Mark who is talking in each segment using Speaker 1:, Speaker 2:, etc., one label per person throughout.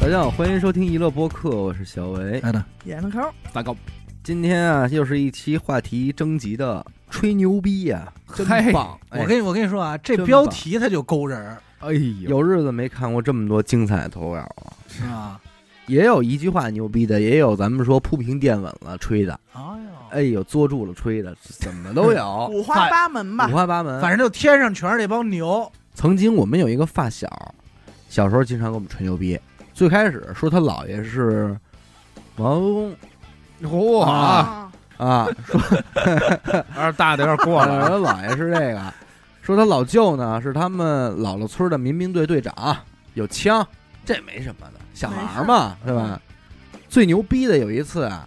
Speaker 1: 大家好，欢迎收听娱乐播客，我是小维。
Speaker 2: 哎的，
Speaker 3: 眼子抠儿，
Speaker 4: 大高，
Speaker 1: 今天啊，又是一期话题征集的吹牛逼啊呀、
Speaker 4: 真
Speaker 2: 嗨
Speaker 4: 棒！
Speaker 1: 哎
Speaker 2: 我跟你我跟你说啊，这
Speaker 1: 真
Speaker 2: 标
Speaker 1: 棒
Speaker 2: 题它就勾 人儿，
Speaker 4: 哎呦，
Speaker 1: 有日子没看过这么多精彩的投稿了，
Speaker 2: 是吧？
Speaker 1: 也有一句话牛逼的，也有咱们说铺平垫稳了吹的，
Speaker 2: 哎呦，
Speaker 1: 哎呦，捉住了吹的，怎么都有，
Speaker 3: 五花八门吧
Speaker 1: 五。花八门。
Speaker 2: 嗯反正就天上全是这帮牛，
Speaker 1: 曾经我们有一个发小，小时候经常给我们吹牛逼。最开始说他姥爷是王公
Speaker 4: 嚯啊，
Speaker 3: 啊，
Speaker 1: 啊，说
Speaker 4: 有点大的有点过
Speaker 1: 他
Speaker 4: 了，啊
Speaker 1: 姥爷是这个， 说他老舅呢是他们姥姥村的民兵队队长，有枪，这没什么的，小孩儿嘛，
Speaker 3: 没
Speaker 1: 对
Speaker 3: 事
Speaker 1: 吧？最牛逼的有一次啊，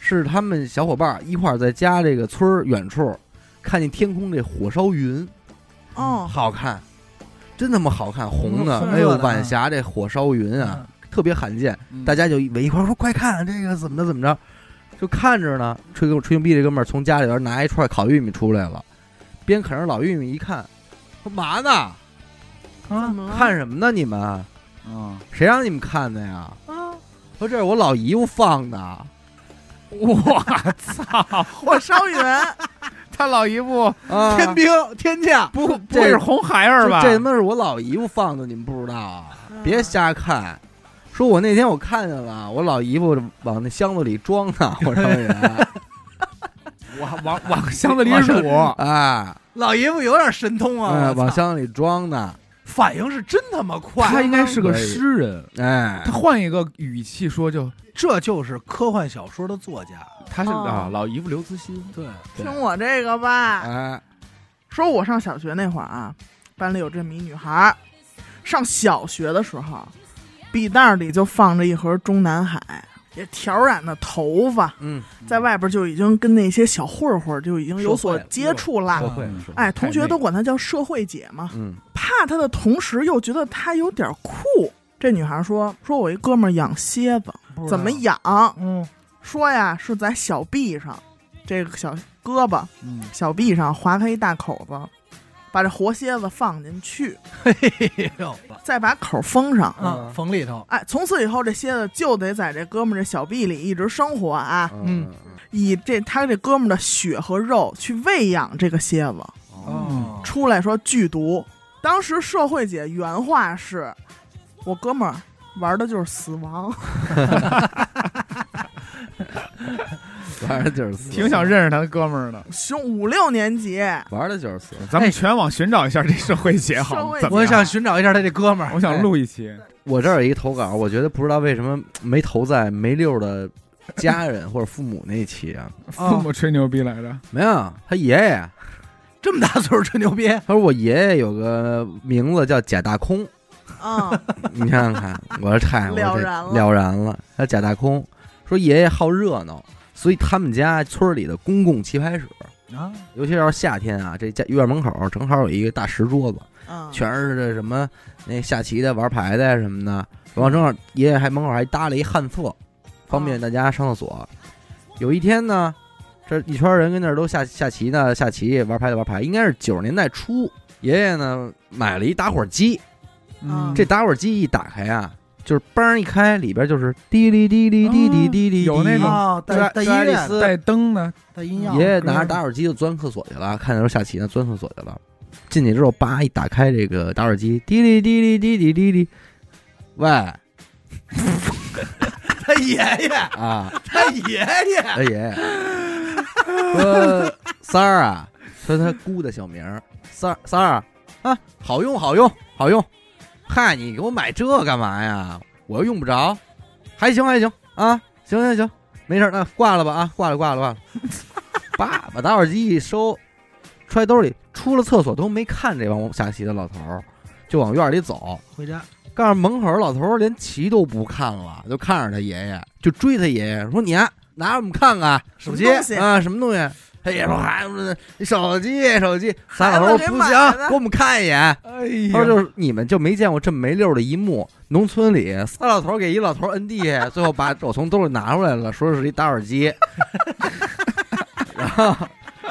Speaker 1: 是他们小伙伴儿一块儿在家这个村儿远处看见天空这火烧云，
Speaker 2: 嗯
Speaker 3: 哦，
Speaker 1: 好看，真他妈好看，红的，
Speaker 2: 嗯
Speaker 1: 哎呦
Speaker 2: 是，的嗯
Speaker 1: 晚霞这火烧云啊，特别罕见，大家就围一块儿说快看这个怎么着怎么着，就看着呢，吹牛吹牛逼这哥们儿从家里边拿一串烤玉米出来了，边啃着老玉米一看，干嘛呢？
Speaker 3: 怎
Speaker 2: 啊
Speaker 3: 么了？
Speaker 1: 看什么呢你们？
Speaker 4: 嗯，
Speaker 1: 谁让你们看的呀？
Speaker 2: 嗯
Speaker 3: 啊，
Speaker 1: 说这是我老姨夫放 的，啊
Speaker 4: 我操，
Speaker 3: 火烧云，
Speaker 4: 他老姨夫
Speaker 1: 啊，
Speaker 2: 天兵天将，
Speaker 4: 不不
Speaker 1: 这
Speaker 4: 会是红孩儿
Speaker 1: 这
Speaker 4: 吧？
Speaker 1: 这他妈是我老姨夫放的，你们不知道啊？
Speaker 2: 嗯
Speaker 1: 别瞎看。说我那天我看见了，我老姨夫往那箱子里装呢，火 烧云，
Speaker 4: 往往往箱子里数，
Speaker 1: 哎，
Speaker 2: 老爷夫有点神通啊，
Speaker 1: 哎，
Speaker 2: 我操
Speaker 1: 往箱子里装呢，
Speaker 2: 反应是真他妈快，
Speaker 4: 他应该是个诗人。
Speaker 1: 哎
Speaker 4: 他，换一个语气说就，
Speaker 2: 这就是科幻小说的作家，
Speaker 1: 嗯
Speaker 4: 他是
Speaker 3: 哦
Speaker 4: 啊，老姨夫刘慈欣，
Speaker 2: 对，
Speaker 3: 听我这个吧。
Speaker 1: 哎，
Speaker 3: 说我上小学那会儿啊，班里有这么一女孩儿，上小学的时候，笔袋里就放着一盒中南海，也挑染的头发，
Speaker 1: 嗯，
Speaker 3: 在外边就已经跟那些小混混就已经有所
Speaker 1: 社会
Speaker 3: 接触啦
Speaker 4: 啊
Speaker 2: 社。
Speaker 1: 会
Speaker 2: 嗯
Speaker 1: 社会
Speaker 3: 哎，同学都管她叫社会姐嘛。
Speaker 1: 嗯，
Speaker 3: 怕她的同时又觉得她有点酷。这女孩说：“说我一哥们儿养蝎子，
Speaker 2: 不知道
Speaker 3: 怎么？养？
Speaker 2: 嗯
Speaker 3: 说呀是在小臂上，这个小胳膊
Speaker 2: 嗯，
Speaker 3: 小臂上划开一大口子，把这活蝎子放进去，
Speaker 2: 哎呦，
Speaker 3: 再把口封上。
Speaker 1: 嗯
Speaker 2: 啊，缝里头，
Speaker 3: 哎，从此以后，这蝎子就得在这哥们儿这小臂里一直生活啊，
Speaker 1: 嗯，
Speaker 3: 以这他这哥们儿的血和肉去喂养这个蝎子，
Speaker 1: 嗯
Speaker 2: 哦，
Speaker 3: 出来说剧毒。当时社会姐原话是：“我哥们儿玩的就是死亡。
Speaker 1: 玩的就是死，
Speaker 4: 挺想认识他的哥们儿的”。
Speaker 3: 熊五六年级，
Speaker 1: 玩的就是死，
Speaker 4: 咱们全网寻找一下这社会姐
Speaker 3: 社
Speaker 4: 好
Speaker 3: 会，
Speaker 4: 怎么
Speaker 2: 我
Speaker 4: 样
Speaker 2: 想寻找一下他这哥们儿，
Speaker 4: 我想录一期，
Speaker 1: 我这儿有一投稿，我觉得不知道为什么没投在没溜儿的家人或者父母那一期啊，
Speaker 4: 父母吹牛逼来着，
Speaker 1: 没有，他爷爷，
Speaker 2: 这么大岁数吹牛 逼，
Speaker 1: 他说我爷爷有个名字叫贾大空，
Speaker 3: 嗯，
Speaker 1: 你看看，我说嗨，我这
Speaker 3: 了然了
Speaker 1: 了然了。他贾大空说爷爷好热闹，所以他们家村里的公共棋牌室，
Speaker 2: 啊，
Speaker 1: 尤其要是夏天啊，这家院门口正好有一个大石桌子，
Speaker 4: 啊
Speaker 3: 嗯
Speaker 1: 全是这什么那下棋的、玩牌的什么的。
Speaker 4: 嗯
Speaker 1: 然后正好爷爷还门口还搭了一旱厕，方便大家上厕
Speaker 4: 啊
Speaker 1: 所。有一天呢，这一圈人跟那儿都下下棋呢，下棋玩牌的玩牌，应该是九十年代初。爷爷呢买了一打火机，
Speaker 3: 嗯
Speaker 1: 这打火机一打开啊，就是嘣一开，里边就是滴哩滴哩滴哩滴哩，
Speaker 4: 啊有那种
Speaker 2: 啊，带带音
Speaker 1: 戴戴
Speaker 2: 乐
Speaker 1: 丽丝
Speaker 2: 的，
Speaker 4: 带灯呢，
Speaker 2: 带音乐的，
Speaker 1: 爷爷拿着打火机就钻厕所去了，看见人下棋呢，钻厕所去了。进去之后，叭一打开这个打火机，滴哩滴哩滴哩滴哩，喂
Speaker 2: 他爷爷，
Speaker 1: 啊，
Speaker 2: 他爷爷，
Speaker 1: 哎爷爷，说三儿啊，说他姑的小名儿，三儿三儿啊，好用好用好用，嗨，你给我买这干嘛呀？我又用不着，还行还行啊，行行行，没事儿，那挂了吧啊，挂了挂了挂了， 叭把打火机一收，揣兜里，出了厕所都没看这帮下棋的老头儿，就往院里走，
Speaker 2: 回家，
Speaker 1: 告诉门口老头儿连棋都不看了，就看着他爷爷，就追他爷爷说：“你啊，拿着我们看看
Speaker 3: 手机什么东西
Speaker 1: 啊，什么东西？”他爷爷说：“孩子，你手机手机。”仨
Speaker 3: 孩子
Speaker 1: 老头儿
Speaker 3: 给
Speaker 1: 不
Speaker 3: 买
Speaker 1: 行，
Speaker 3: 的
Speaker 1: 给我们看一眼。
Speaker 4: 哎
Speaker 1: 他说：“就是你们就没见过这么没溜儿的一幕，农村里仨老头儿给一老头儿摁地下，最后把我从兜里拿出来了，说是一打火机。”然后，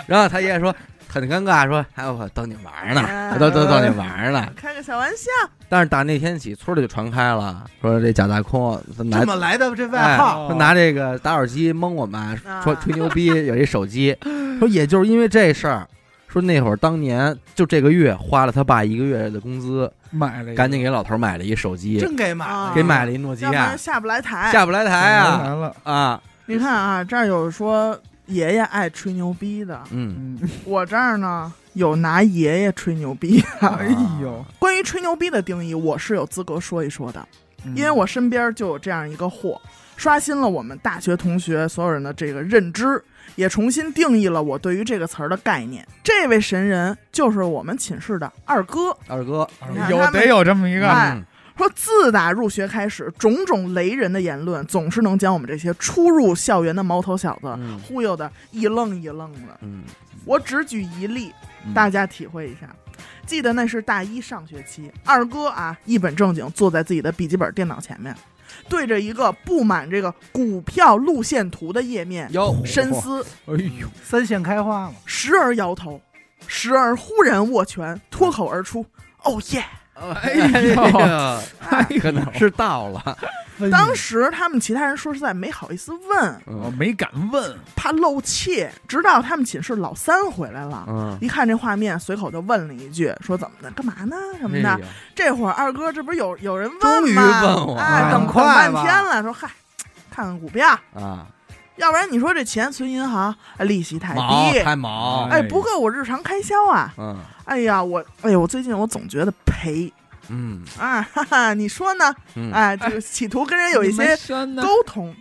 Speaker 1: 然后他爷爷说：“很尴尬，说：“哎，我逗你玩儿呢，
Speaker 3: 哎
Speaker 1: 我逗逗逗你玩儿呢。
Speaker 3: 开个小玩笑，”
Speaker 1: 但是打那天起，村里就传开了，说这贾大空他拿
Speaker 2: 这么来的这外
Speaker 1: 哎
Speaker 2: 号，
Speaker 1: 他拿这个打火机蒙我们，
Speaker 3: 啊
Speaker 1: 说吹牛逼，有一手机，说也就是因为这事儿。说那会儿当年就这个月花了他爸一个月的工资，
Speaker 4: 买了一个，
Speaker 1: 赶紧给老头买了一手机，
Speaker 2: 真给买了，
Speaker 3: 啊
Speaker 1: 哎给买了一诺基
Speaker 3: 要不
Speaker 1: 亚
Speaker 3: 然，下不来台。
Speaker 1: 下不来台
Speaker 4: 当
Speaker 1: 啊
Speaker 4: 然了，
Speaker 1: 啊，
Speaker 3: 你看啊，这儿有说爷爷爱吹牛逼的，
Speaker 1: 嗯，
Speaker 4: 嗯，
Speaker 3: 我这儿呢有拿爷爷吹牛逼。
Speaker 4: 哎 呦，
Speaker 3: 关于吹牛逼的定义，我是有资格说一说的，
Speaker 4: 嗯
Speaker 3: 因为我身边就有这样一个货，刷新了我们大学同学所有人的这个认知，也重新定义了我对于这个词儿的概念。这位神人就是我们寝室的二哥。
Speaker 1: 二哥，
Speaker 4: 哎
Speaker 3: 你看
Speaker 4: 有
Speaker 3: 他们
Speaker 4: 得有这么一个，
Speaker 3: 哎
Speaker 1: 嗯
Speaker 3: 说自打入学开始，种种雷人的言论总是能将我们这些初入校园的毛头小子
Speaker 1: 嗯
Speaker 3: 忽悠的一愣一愣的。
Speaker 1: 嗯，
Speaker 3: 我只举一例，
Speaker 1: 嗯
Speaker 3: 大家体会一下。记得那是大一上学期，二哥啊一本正经坐在自己的笔记本电脑前面，对着一个布满这个股票路线图的页面
Speaker 1: 哟，
Speaker 3: 深思，
Speaker 4: 哎呦，
Speaker 2: 三线开花嘛，
Speaker 3: 时而摇头，时而忽然握拳，脱口而出：“哦耶
Speaker 1: 哎
Speaker 4: 呀
Speaker 1: 呀，！”
Speaker 3: 哎
Speaker 1: 可能是到了，哎
Speaker 3: 当时他们其他人说实在没好意思问，
Speaker 4: 哎我
Speaker 1: 嗯
Speaker 4: 没敢问，
Speaker 3: 怕露怯，直到他们寝室老三回来了。
Speaker 1: 嗯，
Speaker 3: 一看这画面，随口就问了一句：“说怎么的，干嘛呢？什么
Speaker 1: 哎
Speaker 3: 的
Speaker 1: 呦？”
Speaker 3: 这会儿二哥这不是有有人
Speaker 1: 终
Speaker 3: 问吗？
Speaker 1: 于问我
Speaker 3: 哎，
Speaker 4: 很
Speaker 3: 等等
Speaker 2: 啊快
Speaker 3: 半
Speaker 2: 吧
Speaker 3: 天了，说嗨，看看股票，
Speaker 1: 啊，
Speaker 3: 要不然你说这钱存银行，哎利息太
Speaker 1: 毛
Speaker 3: 低，
Speaker 1: 太毛，
Speaker 3: 哎，不够我日常开销啊！
Speaker 1: 嗯
Speaker 3: 哎呀，我哎呀，我最近我总觉得赔
Speaker 1: 嗯
Speaker 3: 啊，哈哈，你说呢？
Speaker 1: 嗯，
Speaker 3: 哎，这个企图跟人有一些
Speaker 4: 高
Speaker 3: 沟通。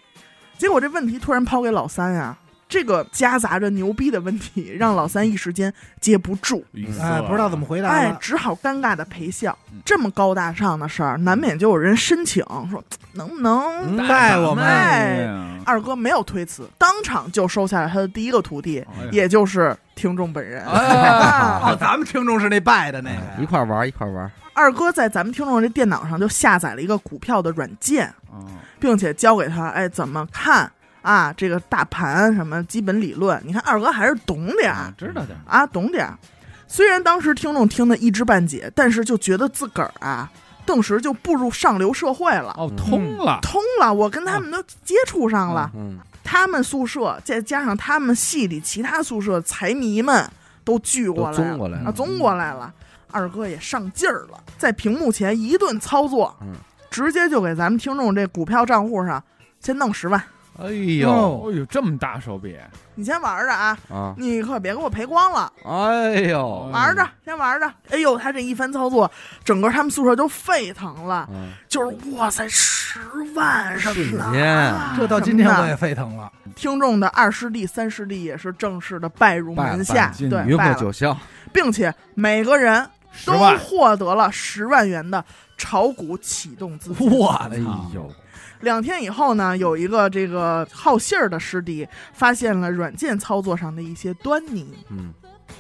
Speaker 3: 结果这问题突然抛给老三啊，这个夹杂着牛逼的问题，让老三一时间接不住，
Speaker 2: 哎，不知道怎么回答
Speaker 3: 哎
Speaker 2: 了，，
Speaker 3: 只好尴尬的陪笑
Speaker 4: 嗯。
Speaker 3: 这么高大上的事儿，难免就有人申请说能不能。
Speaker 2: 带我们
Speaker 3: 哎
Speaker 4: 哎
Speaker 3: 二哥没有推辞，当场就收下了他的第一个徒弟，
Speaker 4: 呀
Speaker 3: 也就是听众本人。
Speaker 4: 啊哎
Speaker 3: 啊
Speaker 2: 哦，咱们听众是那拜的那
Speaker 1: 嗯一
Speaker 3: 哎
Speaker 2: 个，
Speaker 1: 块儿玩儿一块儿玩儿，
Speaker 3: 二哥在咱们听众这电脑上就下载了一个股票的软件，
Speaker 4: 嗯
Speaker 3: 并且教给他，哎，怎么看啊？这个大盘什么基本理论？你看二哥还是懂点儿
Speaker 2: 嗯
Speaker 4: 啊，知道点儿，
Speaker 3: 啊，懂点儿。虽然当时听众听得一知半解，但是就觉得自个儿啊，顿时就步入上流社会了，
Speaker 4: 哦，通了，
Speaker 3: 通了，我跟他们
Speaker 1: 啊
Speaker 3: 都接触上了。
Speaker 1: 嗯
Speaker 3: 他们宿舍再加上他们系里其他宿舍财迷们都聚过来了，
Speaker 1: 都综过来了
Speaker 3: 啊，综过来了。二哥也上劲儿了，在屏幕前一顿操作，
Speaker 1: 嗯
Speaker 3: 直接就给咱们听众这股票账户上先弄十万，
Speaker 1: 哎
Speaker 4: 哟，
Speaker 1: 呦
Speaker 4: 哎呦，这么大手笔，
Speaker 3: 你先玩着啊，
Speaker 1: 啊，
Speaker 3: 你可别给我赔光了，
Speaker 1: 哎呦，
Speaker 3: 玩着，先玩着。哎呦，他这一番操作，整个他们宿舍就沸腾了，
Speaker 1: 嗯
Speaker 3: 就是哇塞，十万什么
Speaker 1: 瞬
Speaker 3: 的
Speaker 1: 间
Speaker 3: 啊，
Speaker 2: 这到今天
Speaker 3: 什么
Speaker 2: 我
Speaker 3: 的
Speaker 2: 也沸腾
Speaker 3: 啊
Speaker 2: 了，
Speaker 3: 听众的二师弟、三师弟也是正式的拜入
Speaker 1: 拜了
Speaker 3: 门下
Speaker 4: 拜，进
Speaker 3: 对，
Speaker 1: 云过
Speaker 3: 拜了，
Speaker 1: 九霄，
Speaker 3: 并且每个人
Speaker 4: 十
Speaker 3: 都
Speaker 4: 万，
Speaker 3: 获得了十万元的炒股启动资金。
Speaker 2: 我
Speaker 1: 哎
Speaker 3: 啊
Speaker 2: 操！
Speaker 1: 呦，
Speaker 3: 两天以后呢，有一个这个好信儿的师弟发现了软件操作上的一些端倪，
Speaker 1: 嗯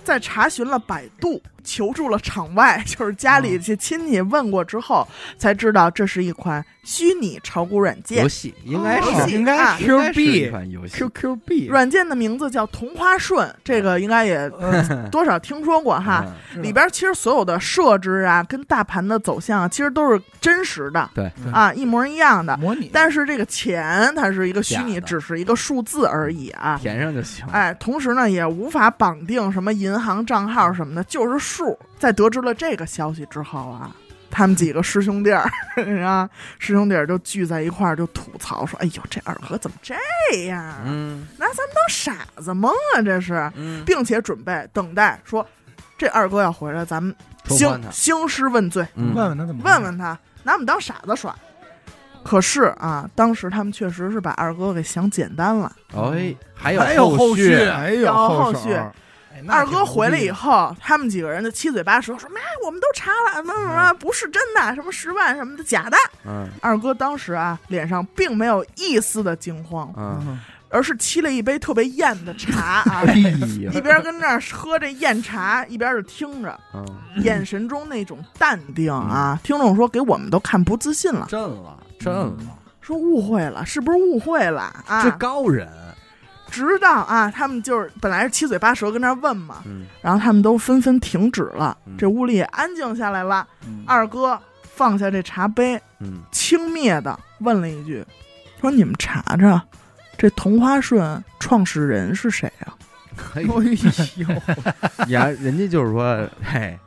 Speaker 3: 在查询了百度，求助了场外，就是家里这些亲戚问过之后，才知道这是一款虚拟炒股软件
Speaker 1: 游。戏应该
Speaker 3: 游
Speaker 2: 哦
Speaker 1: 是
Speaker 3: 戏
Speaker 4: 应该
Speaker 3: 啊
Speaker 4: 是
Speaker 1: 应该
Speaker 4: Q
Speaker 1: 是一
Speaker 4: B
Speaker 1: 款游戏
Speaker 4: Q，Q B，
Speaker 3: 软件的名字叫同花顺，这
Speaker 1: 哎
Speaker 3: 个应该也
Speaker 2: 呃
Speaker 3: 多少听说过哈。
Speaker 1: 嗯，
Speaker 3: 里边其实所有的设置啊，跟大盘的走向、啊、其实都是真实的，
Speaker 1: 对嗯
Speaker 3: 啊，一模一样的。
Speaker 4: 模拟，
Speaker 3: 但是这个钱它是一个虚
Speaker 1: 假
Speaker 3: 拟，
Speaker 1: 的
Speaker 3: 只是一个数字而已啊。
Speaker 1: 填上就行，
Speaker 3: 哎，同时呢，也无法绑定什么银行账号什么的，就是数。在得知了这个消息之后啊，他们几个师兄弟儿 啊，师兄弟儿就聚在一块儿就吐槽说：“哎呦，这二哥怎么这样啊？
Speaker 1: 嗯
Speaker 3: 拿咱们当傻子蒙啊！这是。”
Speaker 1: 嗯，
Speaker 3: 并且准备等待说，这二哥要回来，咱们
Speaker 1: 冲翻
Speaker 3: 兴
Speaker 1: 他，
Speaker 3: 兴师问罪，
Speaker 1: 嗯
Speaker 2: 问问他怎么
Speaker 3: 问问他拿我们当傻子耍。可是啊，当时他们确实是把二哥给想简单了。
Speaker 1: 哎，还
Speaker 2: 还有后
Speaker 1: 续，
Speaker 2: 续
Speaker 4: 哎呦，
Speaker 3: 有后
Speaker 4: 手
Speaker 3: 续
Speaker 2: 哎
Speaker 3: 二哥回来以，后，他们几个人就七嘴八舌说：“妈，我们都查了，什么什么不是真的，什么十万什么的假的。
Speaker 1: 嗯”
Speaker 3: 二哥当时啊，脸上并没有一丝的惊慌，
Speaker 1: 嗯，
Speaker 3: 而是沏了一杯特别艳的茶 啊，
Speaker 1: 哎 呀
Speaker 3: 一，边跟那儿喝这艳茶，一边就听着。
Speaker 1: 嗯
Speaker 3: 眼神中那种淡定啊，听众说给我们都看不自信了，
Speaker 1: 震了震了，
Speaker 3: 说误会了，是不是误会了
Speaker 1: 这
Speaker 3: 啊？
Speaker 1: 高人，
Speaker 3: 直到啊，他们就是本来是七嘴八舌跟那儿问嘛，
Speaker 1: 嗯
Speaker 3: 然后他们都纷纷停止了，
Speaker 1: 嗯
Speaker 3: 这屋里也安静下来了。
Speaker 4: 嗯
Speaker 3: 二哥放下这茶杯，
Speaker 1: 嗯，
Speaker 3: 轻蔑的问了一句：“说你们查查，这同花顺创始人是谁啊
Speaker 1: 可以
Speaker 4: 哎呦，
Speaker 1: 呀，人家就是说，嘿，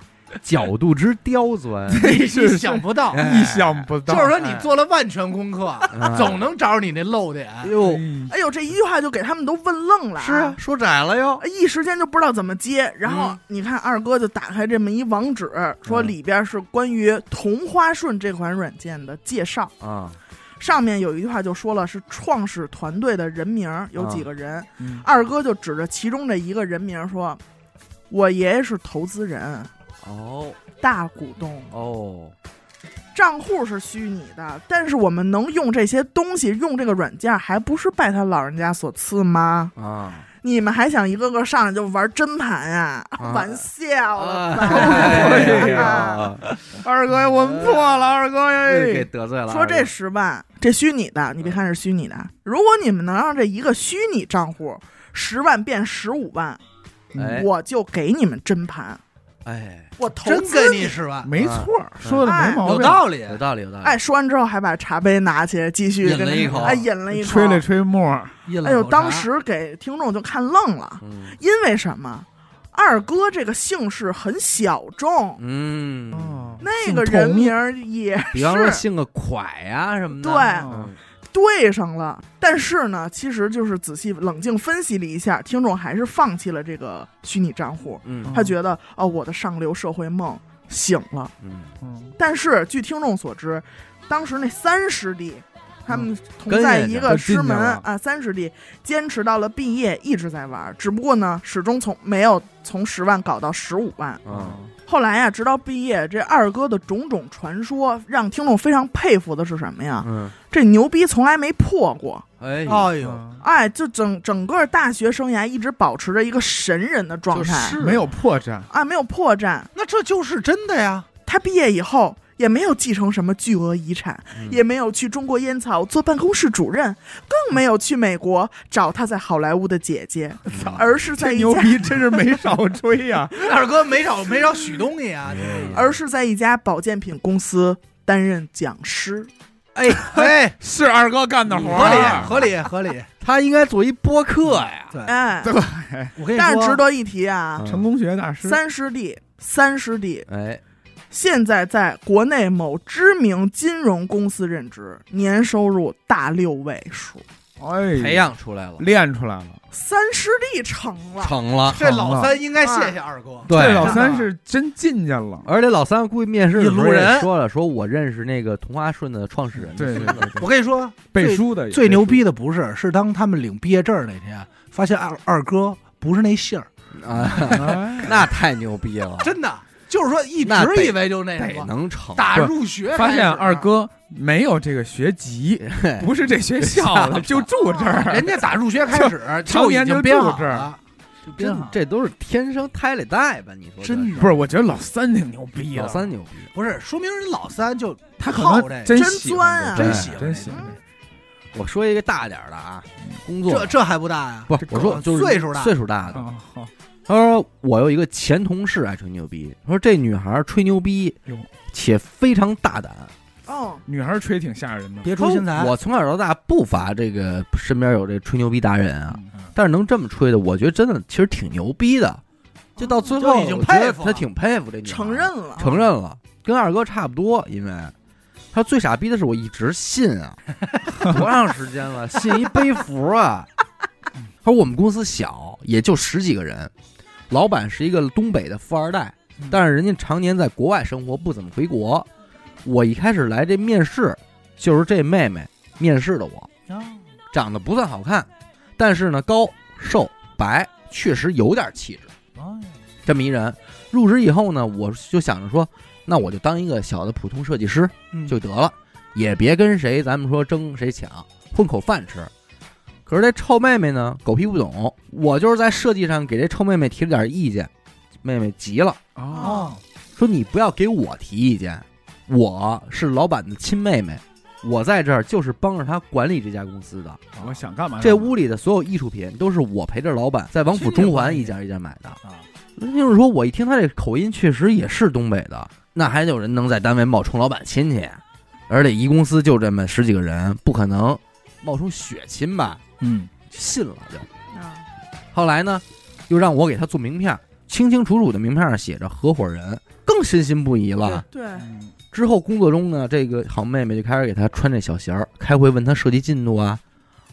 Speaker 1: 角度之刁钻，
Speaker 2: 你是想不
Speaker 3: 哎
Speaker 2: 到，
Speaker 4: 意想不到，
Speaker 2: 就是说你做了万全功课，
Speaker 1: 啊
Speaker 2: 总能找着你那漏点。
Speaker 1: 哟，？”
Speaker 3: 哎呦，这一句话就给他们都问愣了、
Speaker 1: 是啊，，说窄了哟，
Speaker 3: 一时间就不知道怎么接。然后你看二哥就打开这么一网址，说
Speaker 1: 嗯
Speaker 3: 里边是关于同花顺这款软件的介绍，
Speaker 1: 啊，
Speaker 3: 上面有一句话就说了是创始团队的人名儿
Speaker 1: 啊
Speaker 3: 有几个人，
Speaker 4: 嗯
Speaker 3: 二哥就指着其中的一个人名儿说：“我爷爷是投资人。”
Speaker 1: 哦
Speaker 3: 大股东，
Speaker 1: 哦，
Speaker 3: 账户是虚拟的，但是我们能用这些东西，用这个软件，还不是拜他老人家所赐吗？
Speaker 1: 啊，
Speaker 3: 你们还想一个个上来就玩真盘呀、
Speaker 1: 啊
Speaker 3: 玩笑了吧？
Speaker 1: 哎
Speaker 3: 呀
Speaker 1: 呀，
Speaker 3: 二哥，我们错了，二哥
Speaker 1: 给
Speaker 3: 哎。
Speaker 1: 得罪了。
Speaker 3: 说这十万，这虚拟的，你别看是虚拟的，如果你们能让这一个虚拟账户十万变十五万，
Speaker 1: 哎
Speaker 3: 我就给你们真盘，
Speaker 1: 哎，
Speaker 3: 我投
Speaker 2: 真
Speaker 3: 资
Speaker 2: 给你十万，
Speaker 4: 没错儿，说的没毛
Speaker 2: 有
Speaker 4: 病，
Speaker 2: 道理。
Speaker 1: 有道理，有道理。
Speaker 3: 哎，说完之后还把茶杯拿起来，继续
Speaker 1: 饮
Speaker 3: 跟
Speaker 1: 了
Speaker 3: 他
Speaker 1: 一
Speaker 3: 们
Speaker 1: 口
Speaker 3: 哎，饮了一口，
Speaker 4: 吹了吹沫儿，
Speaker 2: 一
Speaker 3: 哎呦，
Speaker 2: 冷口茶
Speaker 3: 当时给听众就看愣了，
Speaker 1: 嗯
Speaker 3: 因为什么？二哥这个姓氏很小众，
Speaker 1: 嗯，
Speaker 3: 那个人名儿也
Speaker 1: 比方说
Speaker 3: 是
Speaker 1: 姓个蒯呀什么的，
Speaker 3: 对
Speaker 1: 嗯
Speaker 3: 对上了。但是呢，其实就是仔细冷静分析了一下，听众还是放弃了这个虚拟账户。
Speaker 1: 嗯
Speaker 3: 他觉得哦，我的上流社会梦醒了。
Speaker 1: 嗯，
Speaker 4: 嗯，
Speaker 3: 但是据听众所知，当时那三师弟。他们同
Speaker 1: 跟
Speaker 3: 在
Speaker 1: 人家
Speaker 3: 一
Speaker 4: 都进
Speaker 3: 个师
Speaker 4: 去
Speaker 3: 门
Speaker 4: 了
Speaker 3: 啊，三师弟坚持到了毕业，一直在玩儿，只不过呢，始终从没有从十万搞到十五万。
Speaker 1: 嗯
Speaker 3: 后来呀、直到毕业，这二哥的种种传说让听众非常佩服的是什么呀？
Speaker 1: 嗯，
Speaker 3: 这牛逼从来没破过，
Speaker 1: 哎，
Speaker 2: 哎呦，
Speaker 4: 嗯
Speaker 3: 哎，就整整个大学生涯一直保持着一个神人的状态，
Speaker 2: 就是
Speaker 4: 没有破绽，
Speaker 3: 啊，没有破绽。
Speaker 2: 那这就是真的呀。
Speaker 3: 他毕业以后。也没有继承什么巨额遗产，
Speaker 1: 嗯
Speaker 3: 也没有去中国烟草做办公室主任，更没有去美国找他在好莱坞的姐姐，
Speaker 1: 嗯
Speaker 3: 而是在
Speaker 4: 这
Speaker 3: 一
Speaker 4: 牛
Speaker 3: 家
Speaker 4: 逼真是没少吹呀，
Speaker 2: 二哥没少没少许东西啊
Speaker 1: 哎，
Speaker 3: 而是在一家保健品公司担任讲师。
Speaker 2: 哎 哎，
Speaker 4: 是二哥干的活
Speaker 2: 合
Speaker 4: 儿啊
Speaker 2: 理，合理合理。
Speaker 1: 他应该做一播客呀，
Speaker 2: 对，
Speaker 3: 哎，
Speaker 2: 我跟你说，
Speaker 3: 但是值得一提啊，
Speaker 1: 嗯
Speaker 4: 成功学大师，
Speaker 3: 三师弟，三师弟
Speaker 1: 哎，
Speaker 3: 现在在国内某知名金融公司任职，年收入大六位数。
Speaker 4: 哎呀，
Speaker 1: 培养出来了，
Speaker 4: 练出来了。
Speaker 3: 三师弟成了，
Speaker 1: 成了，
Speaker 4: 啊
Speaker 2: 这老三应该谢谢二哥。
Speaker 4: 这
Speaker 1: 对，
Speaker 4: 老三是真进去了，
Speaker 1: 而且老三估计面试的时候
Speaker 2: 一路人
Speaker 1: 也说了，说我认识那个同花顺的创始人，
Speaker 4: 对对对，对
Speaker 2: 我跟你说，
Speaker 4: 背书的也
Speaker 2: 最牛，逼的不是，是当他们领毕业证那天，发现二二哥不是那姓儿，
Speaker 1: 啊，
Speaker 4: 哎
Speaker 1: 那太牛逼了，
Speaker 2: 真的就是说一
Speaker 1: 那得
Speaker 2: 直以为就那什
Speaker 1: 得
Speaker 2: 么，
Speaker 1: 能成，
Speaker 2: 打入学
Speaker 4: 发现
Speaker 2: 开始
Speaker 4: 二，哥没有这个学籍，
Speaker 1: 嘿
Speaker 4: 不是这学校的，就住这儿。
Speaker 2: 人家打入学开始
Speaker 4: 常
Speaker 2: 已
Speaker 4: 年就
Speaker 2: 经编
Speaker 4: 住
Speaker 2: 好
Speaker 4: 这儿
Speaker 2: 了，就编
Speaker 1: 真
Speaker 2: 好了。
Speaker 1: 这都是天生胎里带吧？你说
Speaker 2: 真
Speaker 1: 这
Speaker 2: 的
Speaker 4: 不是，我觉得老三挺牛逼的，
Speaker 1: 老三牛逼，
Speaker 2: 不是说明人老三就
Speaker 4: 他可
Speaker 2: 靠这
Speaker 4: 能
Speaker 2: 个，
Speaker 3: 真
Speaker 4: 喜
Speaker 3: 钻
Speaker 4: 欢
Speaker 3: 啊
Speaker 4: 这
Speaker 2: 真
Speaker 4: 个，
Speaker 2: 喜欢
Speaker 4: 真
Speaker 2: 这
Speaker 4: 喜
Speaker 2: 个
Speaker 4: 欢这个。
Speaker 1: 我说一个大点儿的啊，工作
Speaker 2: 这这还不大呀？
Speaker 1: 不
Speaker 4: 这
Speaker 1: 是我说
Speaker 2: 狗
Speaker 1: 就是
Speaker 2: 岁数大
Speaker 1: 岁数大嗯的。
Speaker 4: 啊，好，
Speaker 1: 他说我有一个前同事爱吹牛逼，说这女孩吹牛逼
Speaker 4: 哟
Speaker 1: 且非常大胆。
Speaker 3: 哦，
Speaker 1: 嗯
Speaker 4: 女孩儿吹挺吓人的。
Speaker 2: 别出心裁，
Speaker 1: 我从小到大不乏这个身边有这吹牛逼达人啊，
Speaker 4: 嗯
Speaker 1: 但是能这么吹的，我觉得真的其实挺牛逼的。就到最后，
Speaker 2: 就已经
Speaker 1: 我觉得
Speaker 2: 佩服
Speaker 1: 他
Speaker 2: 了
Speaker 1: 挺佩服这女孩
Speaker 3: 承认了，
Speaker 1: 承认了，跟二哥差不多，因为他最傻逼的是我一直信啊， 多长时间了， 信一背服啊。他说我们公司小，也就十几个人，老板是一个东北的富二代，但是人家常年在国外生活，不怎么回国。我一开始来这面试，就是这妹妹面试的我，长得不算好看，但是呢高瘦白，确实有点气质。这么一人。入职以后呢，我就想着说，那我就当一个小的普通设计师
Speaker 2: 嗯
Speaker 1: 就得了，也别跟谁咱们说争谁抢，混口饭吃。可是这臭妹妹呢，狗屁不懂，我就是在设计上给这臭妹妹提了点意见，妹妹急了，
Speaker 4: 哦，
Speaker 2: 哦，
Speaker 1: 说你不要给我提意见，我是老板的亲妹妹，我在这儿就是帮着他管理这家公司的。
Speaker 4: 我想干嘛？
Speaker 1: 这屋里的所有艺术品都是我陪着老板在王府中环一家一家买的。
Speaker 4: 啊，
Speaker 1: 那就是说，我一听他这口音，确实也是东北的。那还有人能在单位冒充老板亲戚？而且一公司就这么十几个人，不可能冒充血亲吧？
Speaker 2: 嗯，
Speaker 1: 信了就。
Speaker 3: 啊
Speaker 1: 后来呢，又让我给他做名片，清清楚楚的名片上写着合伙人，更深信不疑了。
Speaker 3: 对，
Speaker 4: 嗯
Speaker 1: 之后工作中呢，这个好妹妹就开始给他穿这小鞋儿，开会问他设计进度啊，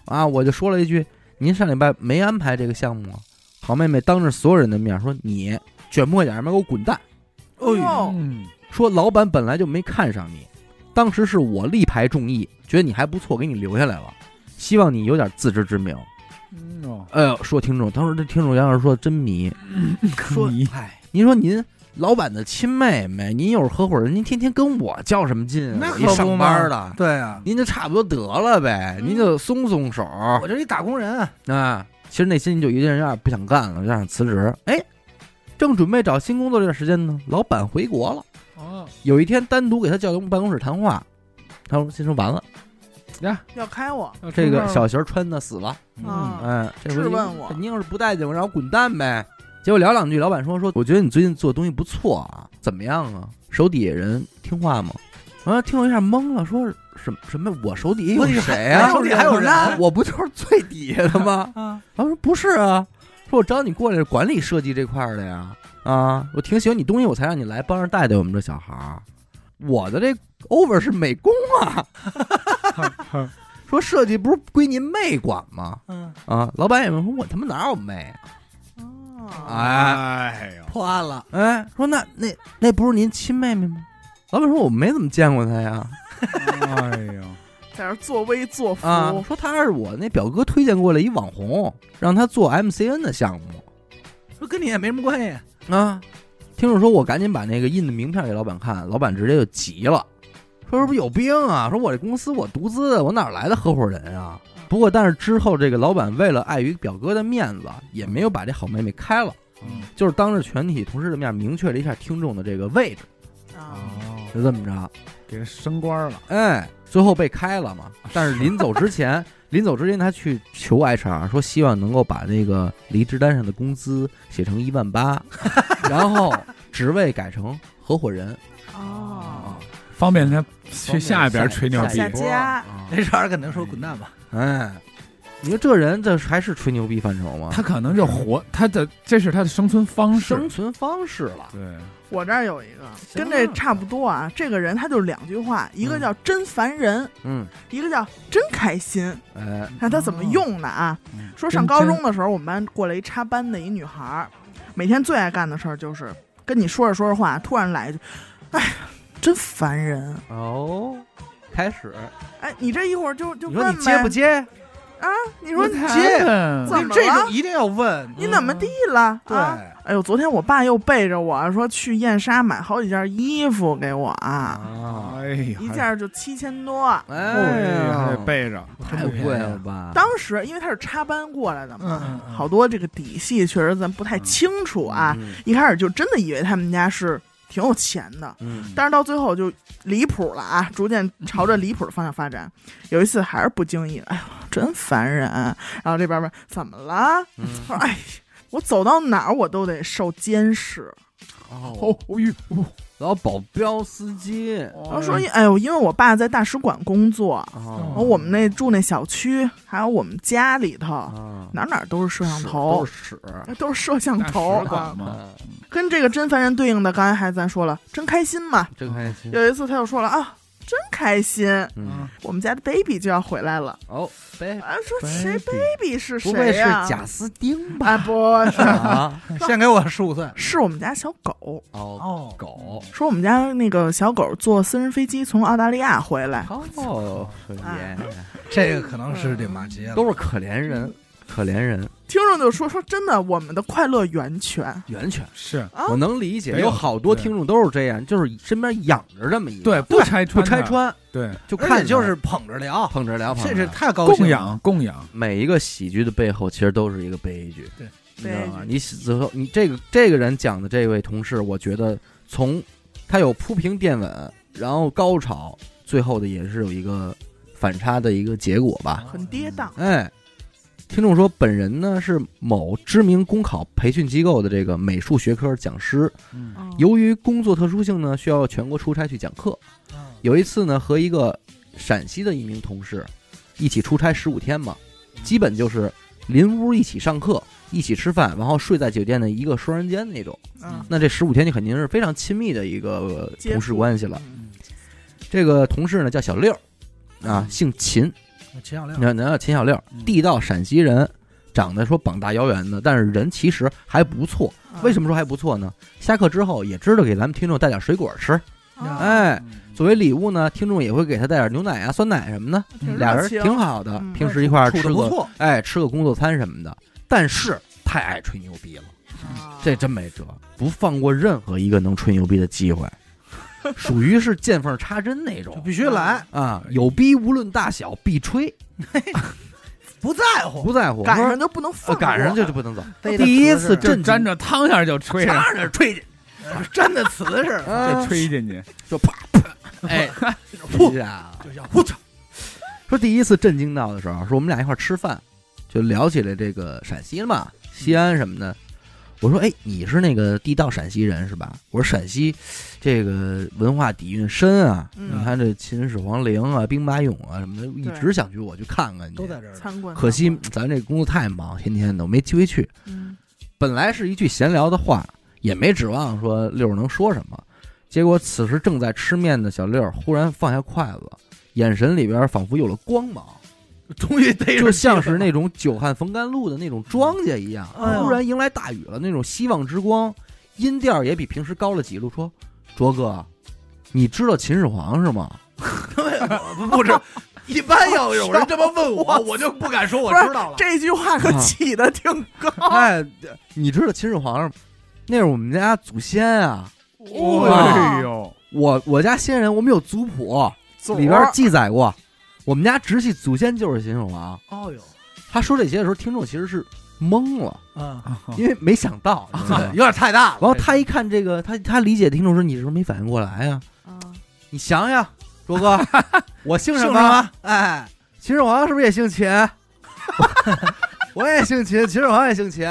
Speaker 1: 啊，我就说了一句：“您上礼拜没安排这个项目啊。”好妹妹当着所有人的面说：“你卷墨点儿，妈给我滚蛋
Speaker 3: 哦呦，
Speaker 4: 嗯，！”
Speaker 1: 说老板本来就没看上你，当时是我力排众议，觉得你还不错，给你留下来了，希望你有点自知之明。
Speaker 4: 嗯哦，
Speaker 1: 哎呦，说听众，当时这听众要是说真迷，
Speaker 4: 说
Speaker 1: 哎，您说您老板的亲妹妹，您又是合伙人，您天天跟我较什么劲啊？
Speaker 2: 那
Speaker 1: 我
Speaker 2: 可
Speaker 1: 一
Speaker 2: 不
Speaker 1: 上
Speaker 2: 嘛
Speaker 1: 班的，
Speaker 2: 对啊，
Speaker 1: 您就差不多得了呗，
Speaker 3: 嗯
Speaker 1: 您就松松手
Speaker 2: 我这一打工人，
Speaker 1: 啊。其实内心就有点有点不想干了，就想辞职。哎，正准备找新工作这段时间呢，老板回国了。
Speaker 4: 哦，
Speaker 1: 有一天单独给他叫到办公室谈话，他说：“先生完了，
Speaker 3: 要开我，
Speaker 4: 要
Speaker 1: 这
Speaker 4: 出事儿
Speaker 1: 个
Speaker 4: 了
Speaker 1: 小鞋穿的死了。”
Speaker 3: 啊
Speaker 1: 嗯，这
Speaker 3: 质
Speaker 1: 回
Speaker 3: 问我
Speaker 1: 你要是不待见我，让我滚蛋呗。结果聊两句，老板说说，我觉得你最近做的东西不错啊，怎么样啊？手底下人听话吗？啊，听了一下懵了，说什么什么？我手底下有
Speaker 2: 我底下
Speaker 1: 谁呀、
Speaker 2: 手底下还有人？
Speaker 1: 我不就是最底下的吗
Speaker 2: 啊，
Speaker 1: 然后说不是啊，说我找你过来是管理设计这块儿的呀。啊，我挺喜欢你东西，我才让你来帮着带带我们这小孩儿。我的这 over 是美工啊，说设计不是归您妹管吗？
Speaker 2: 嗯，
Speaker 1: 啊，老板也没说我他妈哪有妹啊？
Speaker 3: 啊，
Speaker 1: 哎
Speaker 4: 哎 呦，
Speaker 2: 破案了，
Speaker 1: 哎，说那那那不是您亲妹妹吗？老板说我没怎么见过她呀。
Speaker 4: 哎呦，
Speaker 3: 在这儿作威作福，
Speaker 1: 啊，说她是我那表哥推荐过来一网红，让她做 MCN 的项目
Speaker 2: 说跟你也没什么关系，
Speaker 1: 啊。听众说我赶紧把那个印的名片给老板看，老板直接就急了，说是不是有病啊？说我这公司我独资，我哪来的合伙人啊？不过但是之后这个老板为了碍于表哥的面子，也没有把这好妹妹开了。
Speaker 4: 嗯
Speaker 1: 就是当着全体同事的面明确了一下听众的这个位置，
Speaker 3: 啊，
Speaker 4: 哦，
Speaker 1: 就这么着。
Speaker 4: 给他升官了，
Speaker 1: 哎，最后被开了 嘛。但是临走之前，临走之前他去求 HR 说，希望能够把那个离职单上的工资写成一万 八，然后职位改成合伙人啊
Speaker 3: 哦，
Speaker 4: 方便他啊去下一边吹牛逼
Speaker 3: 下。家
Speaker 1: 啊。
Speaker 2: 没事儿肯定说滚蛋吧，
Speaker 1: 哎，你说这人这还是吹牛逼范畴吗？
Speaker 4: 他可能就活，他的这是他的生存方式。
Speaker 1: 生存方式了。
Speaker 4: 对，
Speaker 3: 我这儿有一个
Speaker 1: 啊
Speaker 3: 跟这差不多啊，这个人他就两句话，一个叫真烦人，
Speaker 1: 嗯，
Speaker 3: 一个叫真开心。
Speaker 1: 哎，
Speaker 3: 看他怎么用的啊
Speaker 4: 嗯？
Speaker 3: 说上高中的时候，我们班过来一插班的一女孩儿，每天最爱干的事儿就是跟你说着说着话，突然来一句：“哎呀，真烦人！
Speaker 1: 哦，开始，
Speaker 3: 哎，你这一会儿就就
Speaker 1: 你说
Speaker 3: 问
Speaker 1: 你接
Speaker 3: 呗
Speaker 1: 不接？
Speaker 3: 啊？你说你
Speaker 2: 接
Speaker 1: 哎
Speaker 4: 嗯
Speaker 3: 怎么了
Speaker 2: 这种一定要问，嗯
Speaker 3: 你怎么地了？
Speaker 2: 对，
Speaker 3: 啊，哎呦，昨天我爸又背着我说去燕莎买好几件衣服给我啊，
Speaker 1: 啊，
Speaker 4: 哎呀，
Speaker 3: 一件就七千多。
Speaker 1: 哎
Speaker 4: 哎呀，还得
Speaker 1: 呀，
Speaker 4: 背着，
Speaker 1: 太贵了吧？
Speaker 3: 当时因为他是插班过来的
Speaker 2: 嗯
Speaker 3: 嘛，
Speaker 2: 嗯嗯
Speaker 3: 好多这个底细确实咱不太清楚啊。
Speaker 1: 嗯，
Speaker 3: 一开始就真的以为他们家是挺有钱的，
Speaker 1: 嗯，
Speaker 3: 但是到最后就离谱了啊，逐渐朝着离谱的方向发展。有一次还是不经意，哎呦，真烦人！啊然后这边问怎么了？
Speaker 1: 嗯
Speaker 3: 他说：“哎，我走到哪儿我都得受监视。
Speaker 1: 哦
Speaker 4: 哦，，哦呦，
Speaker 1: 然后保镖司机，
Speaker 4: 然
Speaker 3: 然后说：哎呦，因为我爸在大使馆工作，然后
Speaker 1: 哦
Speaker 3: 我们那住那小区，还有我们家里头，
Speaker 1: 啊，
Speaker 3: 哪儿哪儿都是哦摄像
Speaker 1: 屎
Speaker 3: 头哎
Speaker 1: 都，是屎，
Speaker 3: 都是摄像
Speaker 4: 大使
Speaker 3: 头。
Speaker 4: 馆
Speaker 3: 啊
Speaker 4: 嘛，
Speaker 3: 跟这个真烦人对应的，刚才还咱说了，真开心嘛。
Speaker 1: 真开心，
Speaker 3: 有一次他又说了啊，真开心，
Speaker 1: 嗯，
Speaker 3: 我们家的 baby 就要回来了。”
Speaker 1: 哦，呗，
Speaker 3: 啊，说谁 baby 是
Speaker 1: 不会
Speaker 3: 谁
Speaker 1: 是
Speaker 3: 呀、
Speaker 1: 贾斯汀吧？
Speaker 3: 啊，不 是，
Speaker 1: 啊，
Speaker 2: 先给我十五岁，
Speaker 3: 是我们家小狗。
Speaker 1: 哦，
Speaker 2: 哦，
Speaker 1: 狗，
Speaker 3: 说我们家那个小狗坐私人飞机从澳大利亚回来，
Speaker 1: 哦，可
Speaker 3: 哎
Speaker 1: 怜，
Speaker 2: 这个可能是得骂街了，
Speaker 1: 都是可怜人，可怜人，
Speaker 3: 听众就说说真的，我们的快乐源泉
Speaker 1: 源泉，
Speaker 4: 是
Speaker 3: 啊
Speaker 1: 我能理解，
Speaker 4: 没有
Speaker 1: 有好多
Speaker 4: 对
Speaker 1: 听众都是这样，就是身边养着这么一个，
Speaker 4: 对，不拆
Speaker 1: 不
Speaker 4: 穿，
Speaker 1: 拆，穿，
Speaker 4: 对，
Speaker 1: 就
Speaker 2: 而
Speaker 1: 看
Speaker 2: 且就是捧着聊，
Speaker 1: 捧着聊，捧着
Speaker 2: 这是
Speaker 1: 聊
Speaker 2: 太高兴
Speaker 4: 供
Speaker 2: 了，
Speaker 4: 养供养，
Speaker 1: 每一个喜剧的背后，其实都是一个悲剧。
Speaker 2: 对，
Speaker 1: 你知道吗
Speaker 3: 悲？剧
Speaker 1: 你最后你这个这个人讲的这位同事，我觉得从他有铺平垫稳，然后高潮，最后的也是有一个反差的一个结果吧。
Speaker 3: 很跌宕。
Speaker 1: 哎，听众说，本人呢是某知名公考培训机构的这个美术学科讲师，
Speaker 4: 嗯，
Speaker 3: 嗯
Speaker 1: 由于工作特殊性呢，需要全国出差去讲课。
Speaker 2: 嗯
Speaker 1: 有一次呢，和一个陕西的一名同事一起出差十五天嘛，基本就是邻屋一起上课，一起吃饭，然后睡在酒店的一个双人间那种。
Speaker 3: 嗯
Speaker 1: 那这十五天就肯定是非常亲密的一个呃
Speaker 3: 接触
Speaker 1: 同事关系了。
Speaker 3: 嗯
Speaker 1: 这个同事呢叫小六，啊，姓秦，
Speaker 2: 秦小亮
Speaker 1: 你看，你看秦小六，地道陕西人，长得说膀大腰圆的，但是人其实还不错。
Speaker 3: 啊嗯
Speaker 1: 为什么说还不错呢？下课之后也知道给咱们听众带点水果吃，
Speaker 3: 啊
Speaker 1: 哎，作为礼物呢，听众也会给他带点牛奶啊、酸奶什么的。
Speaker 3: 挺热
Speaker 1: 俩人
Speaker 3: 情
Speaker 1: 挺好的，
Speaker 3: 嗯
Speaker 1: 平时一块儿
Speaker 2: 处
Speaker 1: 吃
Speaker 2: 的不
Speaker 1: 个
Speaker 2: 错，
Speaker 1: 哎吃个工作餐什么的。但是太爱吹牛逼了，
Speaker 3: 啊
Speaker 1: 这真没辙，不放过任何一个能吹牛逼的机 会，属于是见缝插针那
Speaker 2: 就
Speaker 1: 种
Speaker 2: 必须来，
Speaker 1: 啊！有逼无论大小必吹，
Speaker 2: 不在乎。
Speaker 1: 不在乎。
Speaker 3: 赶
Speaker 1: 我说
Speaker 3: 上就不能
Speaker 1: 呃
Speaker 3: 放过，
Speaker 1: 赶上就就不能走。
Speaker 2: 逮着
Speaker 1: 第一
Speaker 2: 瓷
Speaker 1: 次
Speaker 2: 实
Speaker 4: 就
Speaker 1: 震
Speaker 4: 沾
Speaker 1: 惊
Speaker 4: 着汤馅儿就吹 上，
Speaker 2: 着吹去，沾的瓷实，
Speaker 1: 啊
Speaker 4: 就吹进去，
Speaker 1: 就啪啪， 哎，
Speaker 2: 噗
Speaker 1: 一下
Speaker 2: 就像我操，
Speaker 1: 说第一次震惊到的时候，是我们俩一块儿吃饭，就聊起了这个陕西嘛，西安什么的。我说：“哎，你是那个地道陕西人是吧？”我说：“陕西这个文化底蕴深啊，
Speaker 3: 嗯
Speaker 1: 你看这秦始皇陵啊、兵马俑啊什么的，一
Speaker 3: 对
Speaker 1: 直想去我去看看去。
Speaker 2: 都在这儿。
Speaker 3: 参观。
Speaker 1: 可惜咱这工作太忙，天天的我没机会去。
Speaker 3: 嗯，
Speaker 1: 本来是一句闲聊的话，也没指望说六儿能说什么。结果此时正在吃面的小六儿忽然放下筷子，眼神里边仿佛有了光芒，
Speaker 2: 终于逮着机会了，
Speaker 1: 就像是那种久旱逢甘露的那种庄稼一样，
Speaker 2: 哎呦
Speaker 1: 突然迎来大雨了，那种希望之光，音调也比平时高了几度，说：“卓哥，你知道秦始皇是吗
Speaker 2: 不不是，一般要有人这么问我，我就不敢说我
Speaker 3: 不是
Speaker 2: 知道了。
Speaker 3: 这句话可
Speaker 1: 啊
Speaker 3: 起的挺高？”。
Speaker 2: 哦
Speaker 1: 哎，你知道秦始皇是吗？那是我们家祖先啊，
Speaker 4: 哎呦，
Speaker 1: 我我家先人，我们有族谱，
Speaker 3: 左
Speaker 1: 里边记载过，我们家直系祖先就是秦始皇。
Speaker 2: 哦呦，
Speaker 1: 他说这些的时候，听众其实是懵了，
Speaker 2: 嗯，
Speaker 1: 因为没想到。你知 道吗
Speaker 2: 有点太大了。
Speaker 1: 然后他一看这个，他他理解的听众说：“你是不是没反应过来呀、
Speaker 3: 啊，
Speaker 1: 你想想，卓哥，我姓什
Speaker 2: 姓
Speaker 1: 么？
Speaker 2: 什么
Speaker 1: 哎，秦始皇是不是也姓秦？ 我也姓秦，秦始皇也姓秦，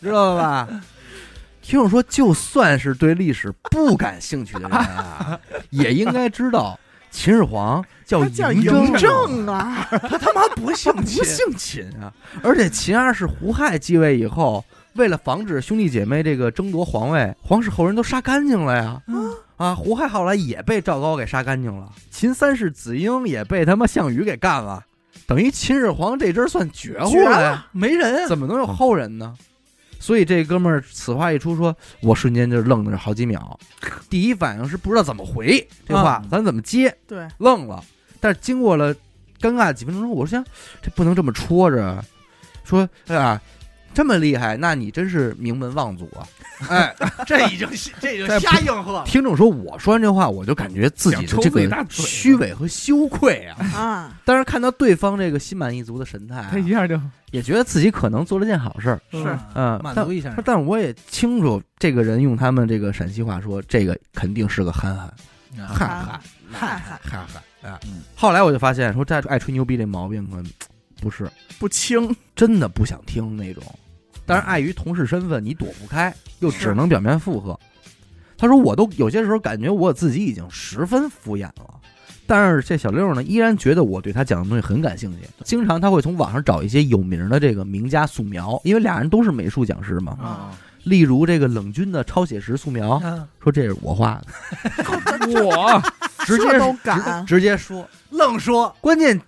Speaker 1: 知道了吧？” 听众说，就算是对历史不感兴趣的人啊， 也应该知道秦始皇叫
Speaker 3: 他叫
Speaker 1: 嬴
Speaker 3: 嬴
Speaker 1: 政
Speaker 3: 政啊，
Speaker 2: 他他妈 不姓
Speaker 1: 不
Speaker 2: 秦，
Speaker 1: 姓秦啊！而且秦二世胡亥继位以后，为了防止兄弟姐妹这个争夺皇位，皇室后人都杀干净了呀。啊，胡亥后来也被赵高给杀干净了，秦三世子婴也被他妈项羽给干了，等于秦始皇这支儿算绝户
Speaker 3: 绝
Speaker 1: 了呀，
Speaker 2: 没人啊。
Speaker 1: 怎么能有后人呢？所以这哥们儿此话一出说，我瞬间就愣了好几秒，第一反应是不知道怎么回这话
Speaker 4: 嗯，
Speaker 1: 咱怎么接？
Speaker 3: 对，啊
Speaker 1: 愣了。但是经过了尴尬几分钟之后，我想这不能这么戳着，说哎呀，这么厉害，那你真是名门望族啊！哎，
Speaker 2: 这已经这已经瞎应和了。
Speaker 1: 听众说我说完这话，我就感觉自己的
Speaker 4: 想抽
Speaker 1: 这
Speaker 4: 自己
Speaker 1: 个
Speaker 4: 大嘴巴
Speaker 1: 虚伪和羞愧啊。
Speaker 3: 啊，
Speaker 1: 但是看到对方这个心满意足的神态、啊
Speaker 4: 他，一下就
Speaker 1: 也觉得自己可能做了件好事儿。
Speaker 3: 是
Speaker 1: 嗯，
Speaker 2: 啊满
Speaker 1: 但
Speaker 2: 足一下。
Speaker 1: 但我也清楚，这个人用他们这个陕西话说，这个肯定是个憨憨，
Speaker 2: 啊
Speaker 1: 憨憨，
Speaker 3: 嗨嗨，
Speaker 1: 憨憨啊
Speaker 4: 嗯！
Speaker 1: 后来我就发现，说这爱吹牛逼这毛病可能不是，
Speaker 3: 不清，
Speaker 1: 真的不想听那种。但是碍于同事身份，你躲不开，又只能表面附和。他说：“我都有些时候感觉我自己已经十分敷衍了，但是这小六呢，依然觉得我对他讲的东西很感兴趣。经常他会从网上找一些有名的这个名家素描，因为俩人都是美术讲师嘛，
Speaker 4: 嗯
Speaker 3: 啊
Speaker 1: 例如这个冷军的超写实素描，
Speaker 2: 啊
Speaker 1: 说这是我画的，
Speaker 4: 我
Speaker 1: 直接
Speaker 3: 这都
Speaker 1: 直
Speaker 3: 敢
Speaker 1: 直接说。
Speaker 2: 愣说
Speaker 1: 关键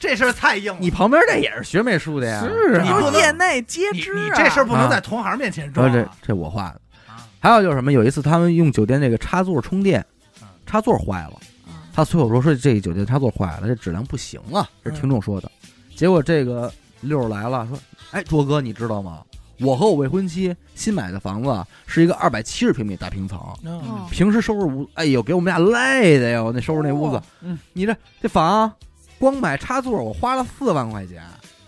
Speaker 2: 这事儿太硬了。
Speaker 1: 你旁边这也是学美术的呀，
Speaker 4: 是啊
Speaker 2: 你不
Speaker 3: 都
Speaker 2: 能
Speaker 3: 业内皆
Speaker 2: 你
Speaker 3: 知
Speaker 2: 你
Speaker 3: 啊，
Speaker 2: 这事儿不能
Speaker 1: 啊
Speaker 2: 在同行面前
Speaker 1: 然
Speaker 2: 装
Speaker 1: 后这
Speaker 2: 啊。
Speaker 1: 这我画的。
Speaker 2: 啊
Speaker 1: 还有就是什么？有一次他们用酒店那个插座充电
Speaker 2: 嗯，
Speaker 1: 插座坏了。
Speaker 3: 啊
Speaker 1: 他随口说说这酒店插座坏了，这质量不行啊，这是听众说的。结果这个六儿来了，说：“哎，卓哥，你知道吗？我和我未婚妻新买的房子啊是一个二百七十平米大平层，
Speaker 2: 嗯
Speaker 3: 哦
Speaker 1: 平时收拾屋，哎呦，给我们俩累的哟，那收拾那
Speaker 3: 哦
Speaker 1: 屋子。
Speaker 4: 嗯
Speaker 1: 你这这房光买插座，我花了四万块钱，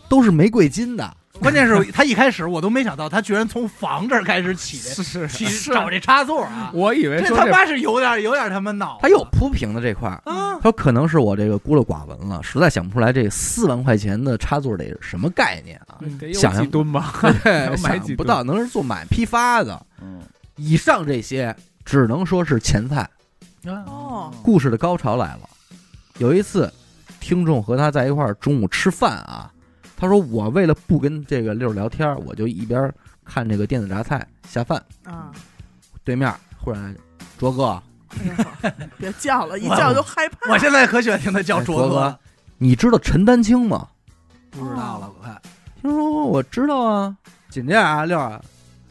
Speaker 1: 都是玫瑰金的。
Speaker 2: 关键是他一开始我都没想到，他居然从房这儿开始起
Speaker 4: 是是，
Speaker 2: 起找这插座啊！
Speaker 4: 我以为
Speaker 2: 这
Speaker 4: 说
Speaker 2: 他妈是有点有点他妈脑子，
Speaker 1: 他又铺平的这块儿，
Speaker 2: 啊，
Speaker 1: 他可能是我这个孤陋寡闻了，实在想不出来这四万块钱的插座得是什么概念啊？
Speaker 2: 嗯
Speaker 4: 得有
Speaker 1: 想象
Speaker 4: 几吨吧？
Speaker 1: 对，
Speaker 4: 能买
Speaker 1: 想
Speaker 4: 几
Speaker 1: 不
Speaker 4: 吨
Speaker 1: 到能是做买批发的。
Speaker 4: 嗯，
Speaker 1: 以上这些只能说是前菜。
Speaker 2: 嗯
Speaker 3: 哦
Speaker 1: 故事的高潮来了，有一次，听众和他在一块儿中午吃饭啊，他说我为了不跟这个六儿聊天儿，我就一边儿看这个电子榨菜下饭。
Speaker 3: 啊，
Speaker 1: 对面忽然，卓哥，
Speaker 3: 哎呦别叫了，一叫就害怕。
Speaker 2: 我现在可喜欢听他叫
Speaker 1: 哎
Speaker 2: 卓
Speaker 1: 卓
Speaker 2: 哥
Speaker 1: 哥，你知道陈丹青吗？
Speaker 2: 不知道了，我看
Speaker 1: 听说我知道啊。紧接着啊，六儿啊，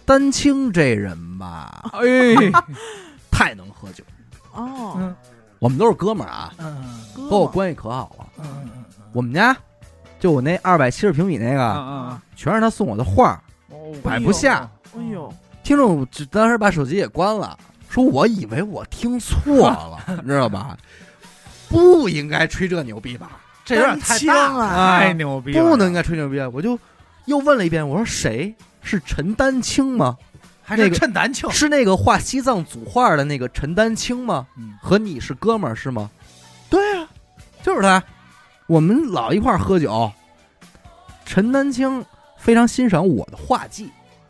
Speaker 1: 丹青这人吧，
Speaker 4: 哎，
Speaker 1: 啊
Speaker 4: 嗯
Speaker 1: 太能喝酒。
Speaker 3: 哦，
Speaker 1: 我们都是哥们儿啊，
Speaker 2: 嗯
Speaker 3: 哥
Speaker 1: 和我
Speaker 3: 们儿
Speaker 1: 关系可好了。
Speaker 4: 啊
Speaker 2: 嗯嗯
Speaker 1: 我们家就我那二百七十平米那个，
Speaker 4: 啊啊，
Speaker 1: 全是他送我的画儿。
Speaker 4: 哦
Speaker 1: 摆不下，
Speaker 3: 哎呦，
Speaker 1: 听众只当时把手机也关了，说我以为我听错 了，你知道吧？不应该吹这牛逼吧？
Speaker 2: 这有点太大
Speaker 3: 丹青
Speaker 2: 了，
Speaker 3: 啊，
Speaker 4: 太牛逼了，
Speaker 1: 不能应该吹牛逼啊。我就又问了一遍，我说谁是陈丹青吗？
Speaker 2: 还是
Speaker 1: 那个
Speaker 2: 趁胆 请。
Speaker 1: 是那个画西藏组画的那个陈丹青吗？
Speaker 2: 嗯
Speaker 1: 和你是哥们儿是吗？对啊，就是他，我们老一块儿喝酒。陈丹青非常欣赏我的画技，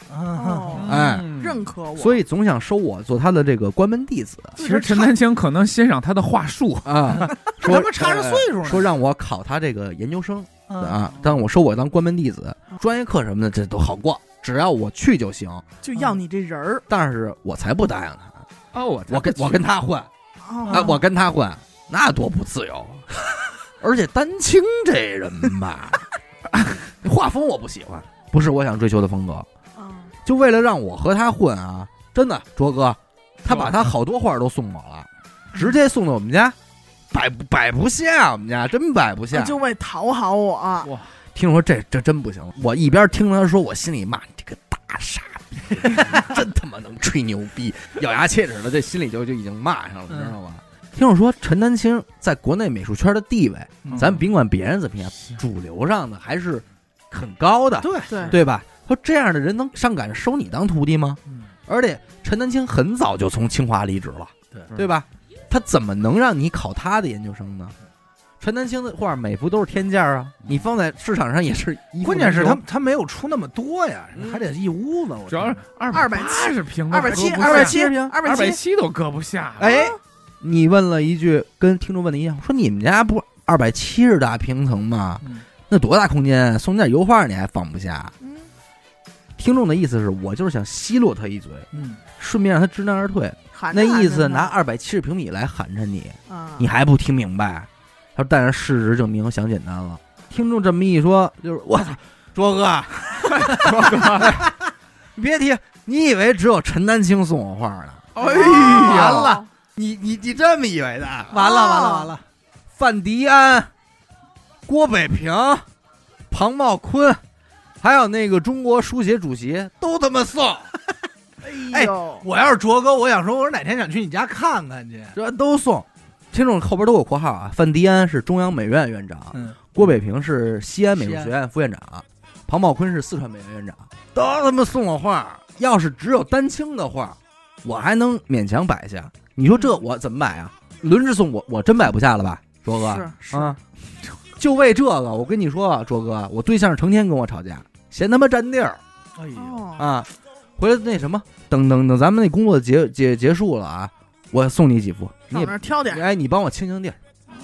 Speaker 3: 哦
Speaker 1: 哎
Speaker 4: 嗯
Speaker 3: 认可我，
Speaker 1: 所以总想收我做他的这个关门弟子
Speaker 4: 其实陈丹青可能欣赏他的话术，
Speaker 1: 啊。
Speaker 2: 这
Speaker 1: 说
Speaker 2: 他妈差着岁数呢，
Speaker 1: 说让我考他这个研究生
Speaker 2: 嗯
Speaker 1: 啊，但我收我当关门弟子，专业课什么的这都好过，只要我去就行。
Speaker 3: 就要你这人儿
Speaker 1: 但是我才不答应他，
Speaker 4: 哦，我
Speaker 1: 我跟我跟他混，
Speaker 3: 啊
Speaker 1: 啊，我跟他混，那多不自由。而且丹青这人吧， 画风我不喜欢，不是我想追求的风格。
Speaker 3: 啊
Speaker 1: 就为了让我和他混啊，真的，卓哥，他
Speaker 4: 是吧
Speaker 1: 把他好多画都送我了，直接送到我们家，摆不摆不下，我们家真摆不下。
Speaker 3: 就为讨好我，啊
Speaker 1: 听说这这真不行，我一边听他说，我心里骂你这个大傻逼， 真他妈能吹牛逼，咬牙切齿的，这心里就就已经骂上了，
Speaker 2: 嗯
Speaker 1: 你知道吗？听我说，陈丹青在国内美术圈的地位，
Speaker 2: 嗯
Speaker 1: 咱甭管别人怎么
Speaker 4: 嗯
Speaker 1: 样，主流上的还是很高的，
Speaker 2: 对
Speaker 3: 对
Speaker 1: 对吧？说这样的人能上赶着收你当徒弟吗？
Speaker 2: 嗯
Speaker 1: 而且陈丹青很早就从清华离职了，
Speaker 2: 对
Speaker 1: 对吧？他怎么能让你考他的研究生呢？陈丹青的画每幅都是天价啊，你放在市场上也是一。
Speaker 2: 关键是他他没有出那么多呀，还得一屋子。我
Speaker 4: 主要是二
Speaker 3: 270
Speaker 4: 十平，
Speaker 3: 270
Speaker 4: 二
Speaker 3: 270
Speaker 1: 七十平，
Speaker 3: 二
Speaker 4: 二
Speaker 3: 百
Speaker 4: 百
Speaker 3: 七，
Speaker 4: 七都搁不下，
Speaker 1: 哎，你问了一句，跟听众问的一样，说你们家不二百七十大平层吗
Speaker 2: 嗯？
Speaker 1: 那多大空间？送你点油画你还放不下？
Speaker 3: 嗯，
Speaker 1: 听众的意思是我就是想奚落他一嘴，
Speaker 2: 嗯，
Speaker 1: 顺便让他知难而退。
Speaker 3: 喊
Speaker 1: 啊那
Speaker 3: 着喊
Speaker 1: 意思
Speaker 3: 着
Speaker 1: 拿
Speaker 3: 呢
Speaker 1: 二百七十平米来寒碜你，
Speaker 3: 啊，
Speaker 1: 你还不听明白？他说：“但是事实证明，我想简单了。”听众这么一说，就是我操，卓哥，啊
Speaker 4: 卓哥，
Speaker 1: 哎你别提，你以为只有陈丹青送我画呢？
Speaker 4: 哎
Speaker 1: 完
Speaker 4: 呀，
Speaker 1: 了，你你你这么以为的？
Speaker 2: 完了完了
Speaker 3: 哦
Speaker 2: 完了，
Speaker 1: 范迪安、郭北平、庞茂坤，还有那个中国书协主席，都他妈送，
Speaker 3: 哎呦，
Speaker 2: 我要是卓哥，我想说，我说哪天想去你家看看去。
Speaker 1: 这都送。听众后边都有括号啊。范迪安是中央美院院长，
Speaker 2: 嗯，
Speaker 1: 郭北平是西安美术
Speaker 2: 西安
Speaker 1: 学院副院长，庞宝坤是四川美院院长，都他妈送我画。要是只有丹青的画，我还能勉强摆下。你说这我怎么摆啊？轮着送我，我真摆不下了吧，卓哥？
Speaker 3: 是是
Speaker 1: 啊，就为这个，我跟你说啊，卓哥，我对象成天跟我吵架，嫌他妈占地儿
Speaker 2: 哎呦，
Speaker 3: 哦，
Speaker 1: 啊。回来那什么，等等等，咱们那工作结结结束了啊，我送你几幅，你
Speaker 3: 上
Speaker 1: 也
Speaker 3: 那儿挑点儿，
Speaker 1: 哎，你帮我清清地儿。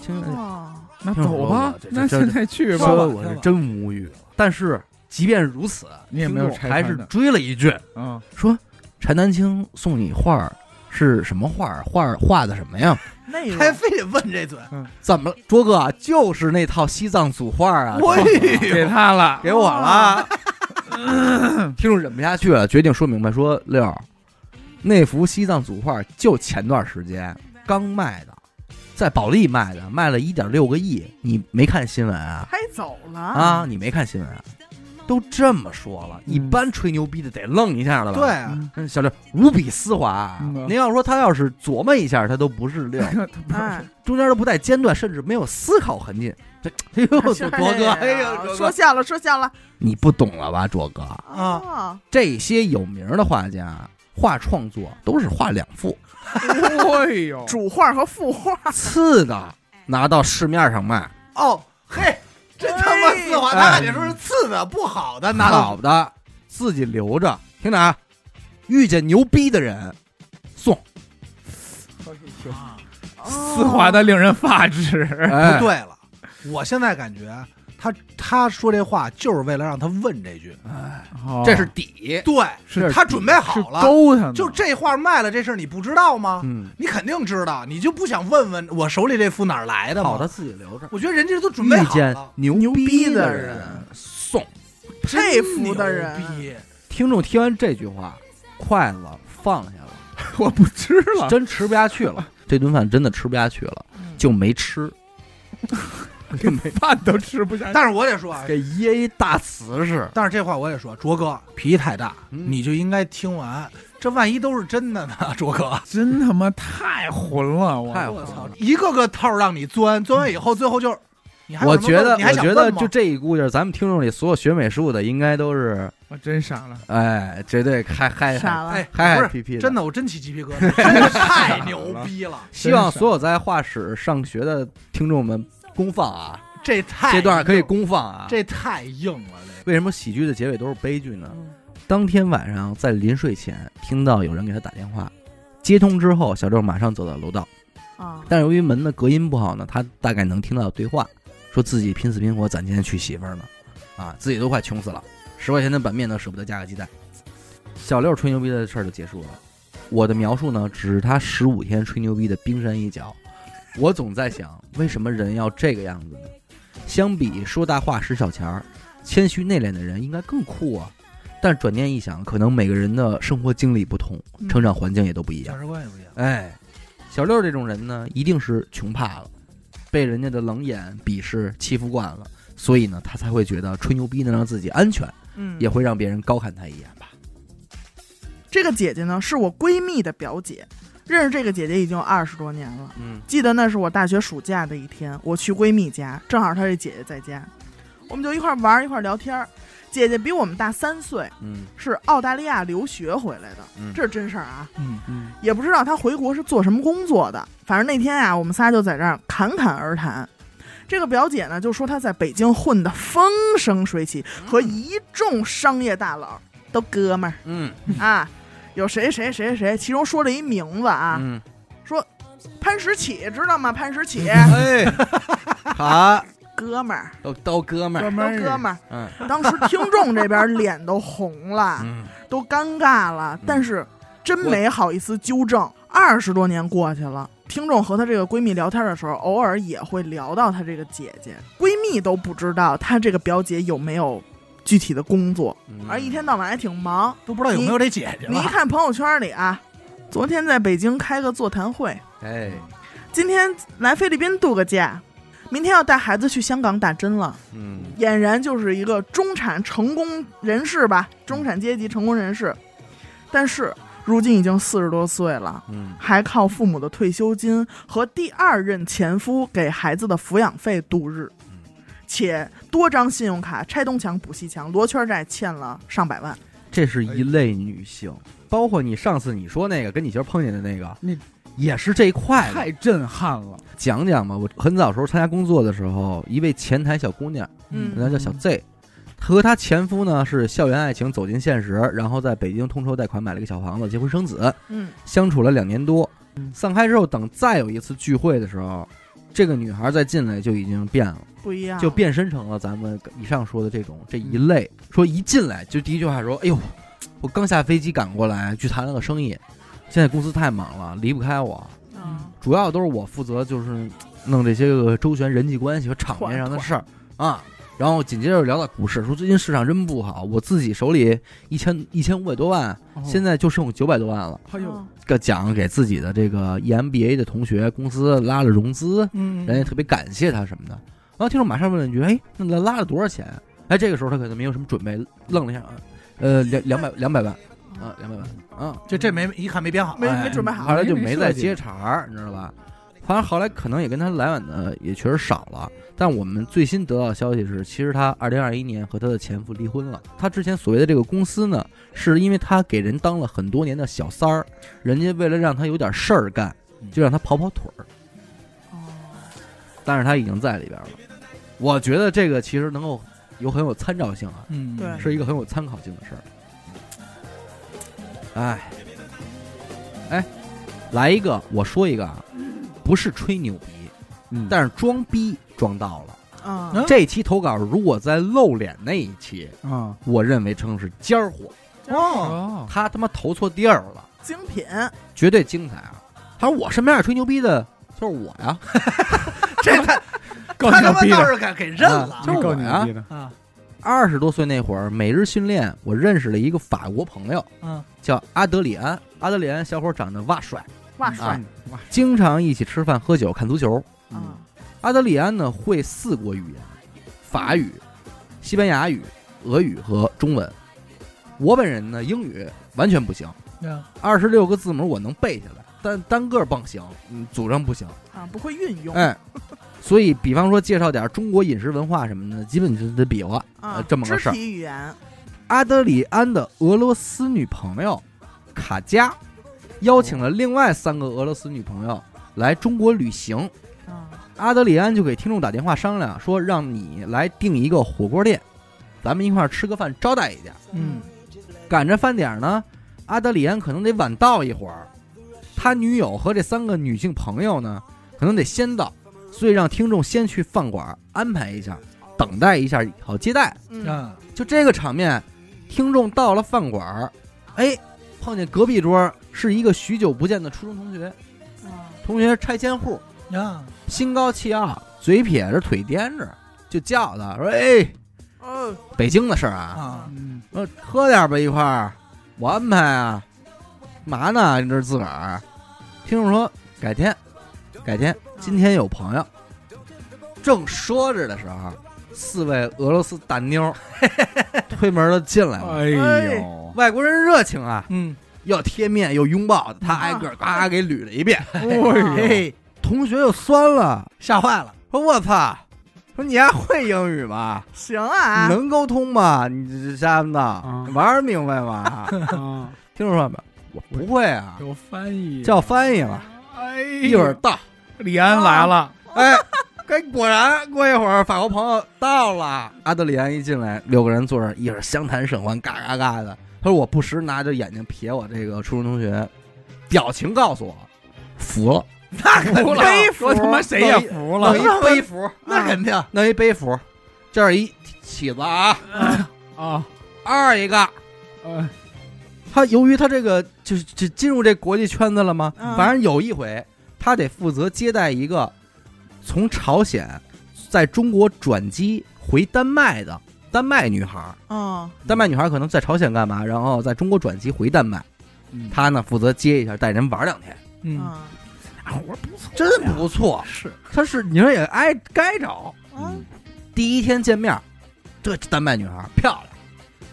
Speaker 1: 清清地儿
Speaker 3: 哦，
Speaker 4: 那走吧
Speaker 1: 这，这
Speaker 4: 那现在去吧，
Speaker 1: 说我是真无语了。但是即便如此，
Speaker 4: 你也没有
Speaker 1: 听众
Speaker 4: 拆
Speaker 1: 还
Speaker 4: 穿
Speaker 1: 是
Speaker 4: 的
Speaker 1: 追了一句，
Speaker 4: 嗯，
Speaker 1: 说陈丹青送你画儿是什么画儿？画儿画的什么呀？
Speaker 3: 内容
Speaker 2: 哎还非得问这
Speaker 1: 啊
Speaker 2: 嘴，
Speaker 1: 怎么了，卓哥啊？就是那套西藏组画儿啊！
Speaker 2: 我
Speaker 1: 卓哥
Speaker 4: 给他了，
Speaker 1: 给我
Speaker 3: 哦
Speaker 1: 了。听众忍不下去了，决定说明白说六儿，那幅西藏组画就前段时间刚卖的，在保利卖的，卖了一点六个亿。你没看新闻啊？
Speaker 3: 拍走了
Speaker 1: 啊，你没看新闻啊？都这么说了，
Speaker 4: 嗯
Speaker 1: 一般吹牛逼的得愣一下了
Speaker 2: 对
Speaker 1: 吧？
Speaker 2: 啊，
Speaker 1: 对，嗯小六无比丝滑啊
Speaker 4: 嗯。
Speaker 1: 您要说他要是琢磨一下，他都不是六，
Speaker 3: 哎，
Speaker 1: 中间都不带间断，甚至没有思考痕迹。这， 哎呦，
Speaker 3: 是
Speaker 1: 卓
Speaker 2: 啊
Speaker 1: 哥，
Speaker 3: 呀
Speaker 1: 哎呦，卓
Speaker 3: 说
Speaker 1: 哥，
Speaker 3: 笑了，说笑了哦
Speaker 1: 你不懂了吧，卓哥？
Speaker 2: 啊！
Speaker 1: 这些有名的画家，画创作都是画两幅，
Speaker 4: 哎呦，
Speaker 3: 主画和副画，
Speaker 1: 次
Speaker 2: 哎
Speaker 1: 的拿到市面上卖，
Speaker 2: 哦，嘿，真他妈丝滑，
Speaker 1: 哎
Speaker 2: 他得说是次的不好的，拿
Speaker 1: 好
Speaker 2: 到
Speaker 1: 的自己留着。听着啊，遇见牛逼的人送，
Speaker 4: 丝
Speaker 3: 哦
Speaker 4: 滑的令人发指。
Speaker 1: 哎，
Speaker 2: 不对了。我现在感觉他他说这话就是为了让他问这句，
Speaker 1: 哎这是底。
Speaker 2: 对，
Speaker 4: 哦是
Speaker 2: 他准备
Speaker 4: 是
Speaker 2: 好了，
Speaker 4: 勾他呢，
Speaker 2: 就这画卖了这事儿你不知道吗？
Speaker 1: 嗯，
Speaker 2: 你肯定知道，你就不想问问我手里这副哪儿来的吗？
Speaker 1: 哦好的，自己留着。
Speaker 2: 我觉得人家都准
Speaker 1: 嗯
Speaker 2: 备
Speaker 1: 遇
Speaker 2: 好
Speaker 1: 见
Speaker 2: 了，
Speaker 1: 牛逼
Speaker 3: 的
Speaker 1: 人送。
Speaker 2: 真
Speaker 3: 佩服的人
Speaker 2: 牛逼
Speaker 1: 听众听完这句话，筷子放下了，
Speaker 4: 我不吃了。
Speaker 1: 真吃不下去了。 这顿饭真的吃不下去了，
Speaker 3: 嗯
Speaker 1: 就没吃，
Speaker 4: 连饭都吃不下去。
Speaker 2: 但是我得说啊，
Speaker 1: 给爷一大瓷实。
Speaker 2: 但是这话我也说，卓哥脾气太大，
Speaker 1: 嗯
Speaker 2: 你就应该听完。这万一都是真的呢， 卓哥？
Speaker 4: 真他妈太混了，我
Speaker 1: 太混
Speaker 2: 我
Speaker 1: 了
Speaker 2: 操，一个个套儿让你钻，钻完以后，最后就是，你还有
Speaker 1: 我
Speaker 2: 什么
Speaker 1: 觉
Speaker 2: 问
Speaker 1: 得，
Speaker 2: 你还
Speaker 1: 我
Speaker 2: 想
Speaker 1: 觉
Speaker 2: 问
Speaker 1: 得
Speaker 2: 吗
Speaker 1: 就这一估计，咱们听众里所有学美术的，应该都是
Speaker 4: 我真傻了。
Speaker 1: 哎，绝对嗨嗨
Speaker 3: 傻
Speaker 1: 嗨
Speaker 3: 了，
Speaker 2: 哎，
Speaker 1: 嗨
Speaker 2: 不
Speaker 1: 嗨
Speaker 2: 是
Speaker 1: 皮皮
Speaker 2: 真
Speaker 1: 的。
Speaker 2: 的，我真起鸡皮疙瘩，真的太牛逼了，
Speaker 1: 希望所有在画室上学的听众们公放啊，
Speaker 2: 这太
Speaker 1: 这段可以
Speaker 2: 硬，
Speaker 1: 公放啊。
Speaker 2: 这太硬了，这
Speaker 1: 为什么喜剧的结尾都是悲剧呢？
Speaker 3: 嗯
Speaker 1: 当天晚上在临睡前听到有人给他打电话，接通之后，小六马上走到楼道，
Speaker 3: 啊，
Speaker 1: 但是由于门的隔音不好呢，他大概能听到对话，说自己拼死拼活攒钱娶媳妇儿呢，啊，自己都快穷死了，十块钱的板面都舍不得加个鸡蛋。小六吹牛逼的事儿就结束了。我的描述呢，只是他十五天吹牛逼的冰山一角。我总在想，为什么人要这个样子呢？相比说大话使小钱儿，谦虚内敛的人应该更酷啊。但转念一想，可能每个人的生活经历不同，
Speaker 3: 嗯
Speaker 1: 成长环境也都不一样。
Speaker 2: 价值观也不一样。
Speaker 1: 哎，小六这种人呢，一定是穷怕了，被人家的冷眼、鄙视、欺负惯了，所以呢，他才会觉得吹牛逼能让自己安全，
Speaker 3: 嗯，
Speaker 1: 也会让别人高看他一眼吧。
Speaker 3: 这个姐姐呢是我闺蜜的表姐，认识这个姐姐已经二十多年了。
Speaker 1: 嗯，
Speaker 3: 记得那是我大学暑假的一天，我去闺蜜家，正好她这姐姐在家，我们就一块儿玩儿一块儿聊天儿。姐姐比我们大三岁，
Speaker 1: 嗯
Speaker 3: 是澳大利亚留学回来的，
Speaker 1: 嗯
Speaker 3: 这是真事儿啊。
Speaker 4: 嗯嗯，
Speaker 3: 也不知道他回国是做什么工作的。反正那天啊，我们仨就在这儿侃侃而谈。这个表姐呢，就说她在北京混得风生水起，和一众商业大佬都哥们儿
Speaker 1: 嗯
Speaker 3: 啊。有谁谁谁谁，其中说了一名字啊，
Speaker 1: 嗯，
Speaker 3: 说潘石屹，知道吗？潘石屹，
Speaker 1: 哎，好，
Speaker 3: 哥们儿，
Speaker 1: 都都哥们
Speaker 4: 哥
Speaker 1: 儿，
Speaker 3: 都
Speaker 4: 们儿，
Speaker 3: 哥们儿。
Speaker 1: 哎嗯
Speaker 3: 当时听众这边脸都红了，
Speaker 1: 嗯，
Speaker 3: 都尴尬了，但是真没好意思纠正。二十多年过去了，听众和她这个闺蜜聊天的时候，偶尔也会聊到她这个姐姐，闺蜜都不知道她这个表姐有没有具体的工作，
Speaker 1: 嗯
Speaker 3: 而一天到晚还挺忙。
Speaker 2: 都不知道有没有这姐姐
Speaker 3: 你一
Speaker 2: 了，
Speaker 3: 看朋友圈里啊，昨天在北京开个座谈会，
Speaker 2: 嗯
Speaker 1: 哎，
Speaker 3: 今天来菲律宾度个假，明天要带孩子去香港打针了。
Speaker 1: 嗯
Speaker 3: 俨然就是一个中产成功人士吧，中产阶级成功人士。但是如今已经四十多岁了，
Speaker 1: 嗯
Speaker 3: 还靠父母的退休金和第二任前夫给孩子的抚养费度日
Speaker 1: 嗯，
Speaker 3: 且多张信用卡拆东墙补西墙，罗圈债欠了上百万。
Speaker 1: 这是一类女性，包括你上次你说那个跟你今儿碰见的那个，
Speaker 4: 那
Speaker 1: 也是这一块的。
Speaker 4: 太震撼了。
Speaker 1: 讲讲吧，我很早时候参加工作的时候，一位前台小姑娘。
Speaker 3: 嗯
Speaker 1: 人家叫小 Z，和她前夫呢是校园爱情走进现实，然后在北京通筹贷款买了一个小房子，结婚生子，
Speaker 3: 嗯
Speaker 1: 相处了两年多
Speaker 4: 嗯。
Speaker 1: 散开之后，等再有一次聚会的时候，这个女孩再进来就已经变了，
Speaker 3: 不一样，
Speaker 1: 就变身成了咱们以上说的这种这一类。说一进来就第一句话说：“哎呦，我刚下飞机赶过来去谈了个生意，现在公司太忙了，离不开我。
Speaker 3: 嗯
Speaker 1: 主要都是我负责，就是弄这些个周旋人际关系和场面上的事儿啊。然后紧接着聊到股市，说最近市场真不好，我自己手里一千一千五百多万，现
Speaker 4: 在，
Speaker 1: 在就剩九百多万了。
Speaker 4: 哎呦，
Speaker 3: 嗯
Speaker 1: 个奖给自己的这个 E EMBA 的同学公司拉了融资，
Speaker 2: 嗯
Speaker 1: 人家特别感谢他什么的。然后听众马上问了一句：“哎，那拉了多少钱？”哎，这个时候他可能没有什么准备，愣了一下，啊呃，两两百两百万啊，两百万啊，
Speaker 2: 就这没一看没编好，
Speaker 3: 没
Speaker 2: 哎
Speaker 3: 没准备好
Speaker 1: 后来就
Speaker 4: 没
Speaker 1: 没再
Speaker 4: 设计
Speaker 1: 接茬儿，你知道吧？反正后来可能也跟他来往的也确实少了，但我们最新得到的消息是，其实他二零二一年和他的前夫离婚了。他之前所谓的这个公司呢，是因为他给人当了很多年的小三儿，人家为了让他有点事儿干，
Speaker 3: 嗯
Speaker 1: 就让他跑跑腿儿，
Speaker 3: 哦
Speaker 1: 但是他已经在里边了。我觉得这个其实能够有很有参照性啊，
Speaker 2: 嗯，
Speaker 3: 对
Speaker 1: 是一个很有参考性的事儿。哎，哎，来一个，我说一个啊，不是吹牛逼，
Speaker 4: 嗯
Speaker 1: 但是装逼装到了。
Speaker 3: 啊
Speaker 2: 嗯
Speaker 1: 这期投稿如果在露脸那一期，
Speaker 2: 啊，
Speaker 1: 我认为称是尖儿货，
Speaker 2: 哦，
Speaker 4: 哦，
Speaker 1: 他他妈投错地儿了，
Speaker 3: 精品，
Speaker 1: 绝对精彩啊！他说我身边爱吹牛逼的就是我呀，
Speaker 2: 这他
Speaker 4: 够
Speaker 2: 他他
Speaker 4: 牛
Speaker 2: 妈
Speaker 4: 逼
Speaker 2: 倒
Speaker 4: 的，
Speaker 2: 是给给认了
Speaker 1: 啊就是
Speaker 4: 够
Speaker 1: 我呀
Speaker 4: 牛逼的，
Speaker 2: 啊
Speaker 1: 二十多岁那会儿，每日训练，我认识了一个法国朋友，
Speaker 2: 嗯，
Speaker 1: 叫阿德里安。阿德里安小伙长得哇帅，
Speaker 3: 哇
Speaker 1: 啊
Speaker 3: 帅
Speaker 4: 嗯哇，
Speaker 1: 经常一起吃饭、喝酒、看足球。
Speaker 3: 啊！
Speaker 1: 阿德里安呢会四国语言，法语、西班牙语、俄语和中文。我本人呢英语完全不行，二十六个字母我能背下来，但单个蹦行，嗯，组上不行。
Speaker 3: 啊，不会运用，
Speaker 1: 哎，所以比方说介绍点中国饮食文化什么的，基本就得比划。
Speaker 3: 啊
Speaker 1: 呃，这么个事儿
Speaker 3: 肢体语言，
Speaker 1: 阿德里安的俄罗斯女朋友卡佳邀请了另外三个俄罗斯女朋友来中国旅行。
Speaker 3: 啊，
Speaker 1: 阿德里安就给听众打电话商量，说让你来订一个火锅店，咱们一块儿吃个饭招待一下。
Speaker 2: 嗯，
Speaker 1: 赶着饭点儿呢，阿德里安可能得晚到一会儿，他女友和这三个女性朋友呢，可能得先到，所以让听众先去饭馆安排一下，等待一下好接待。
Speaker 3: 嗯，
Speaker 2: 啊
Speaker 1: 就这个场面，听众到了饭馆儿，哎，碰见隔壁桌是一个许久不见的初中同学，
Speaker 3: 啊
Speaker 1: 同学拆迁户，
Speaker 2: 啊，
Speaker 1: 心高气傲，嘴撇着腿颠着，就叫他说：“哎，
Speaker 3: 哦，
Speaker 1: 北京的事儿 啊，
Speaker 2: 啊
Speaker 4: 嗯，
Speaker 1: 说喝点儿吧，一块儿，我安排啊。嘛呢？你这自个儿？啊听众说改天，改天，今天有朋友。正说着的时候，四位俄罗斯大妞儿 推门就进来了。
Speaker 4: 哎呦，
Speaker 1: 外国人热情啊，
Speaker 2: 嗯，啊
Speaker 1: 又贴面又拥抱的，他挨个儿呱给捋了一遍。
Speaker 3: 哎
Speaker 2: 嘿，
Speaker 1: 同学又酸了，
Speaker 2: 吓坏了，
Speaker 1: 说我操，说你还会英语吗？
Speaker 3: 行啊，
Speaker 1: 你能沟通吗？你这这瞎闹
Speaker 4: 啊，
Speaker 1: 玩儿明白吗？
Speaker 4: 啊，
Speaker 1: 听说没？我不会啊，
Speaker 4: 有翻译，
Speaker 1: 叫翻译吧，
Speaker 4: 哎，啊
Speaker 1: 一会儿到。
Speaker 4: 李安来 了，
Speaker 1: 哎，该果然过一会儿法国朋友到了，阿德里安一进来，六个人坐着，一会儿相谈甚欢，嘎嘎嘎的。他说我不时拿着眼睛瞥我这个初中同学，表情告诉我服了，
Speaker 2: 那肯定
Speaker 4: 服了，说他妈谁也服了
Speaker 1: 弄，一背服，
Speaker 2: 那肯定，
Speaker 1: 弄一背服，这是一起子啊，
Speaker 4: 啊，
Speaker 1: 二一个。
Speaker 4: 呃，
Speaker 1: 他由于他这个就是就进入这国际圈子了吗？
Speaker 3: 嗯
Speaker 1: 反正有一回，他得负责接待一个从朝鲜在中国转机回丹麦的丹麦女孩儿。
Speaker 3: 嗯，
Speaker 1: 丹麦女孩儿可能在朝鲜干嘛，然后在中国转机回丹麦，
Speaker 4: 嗯
Speaker 1: 他呢负责接一下，带人玩两天，
Speaker 4: 嗯，
Speaker 3: 啊，
Speaker 4: 那活不错，
Speaker 1: 真不错。
Speaker 4: 是，
Speaker 1: 他是你说也挨该着，
Speaker 3: 嗯，
Speaker 1: 第一天见面，这丹麦女孩儿漂亮，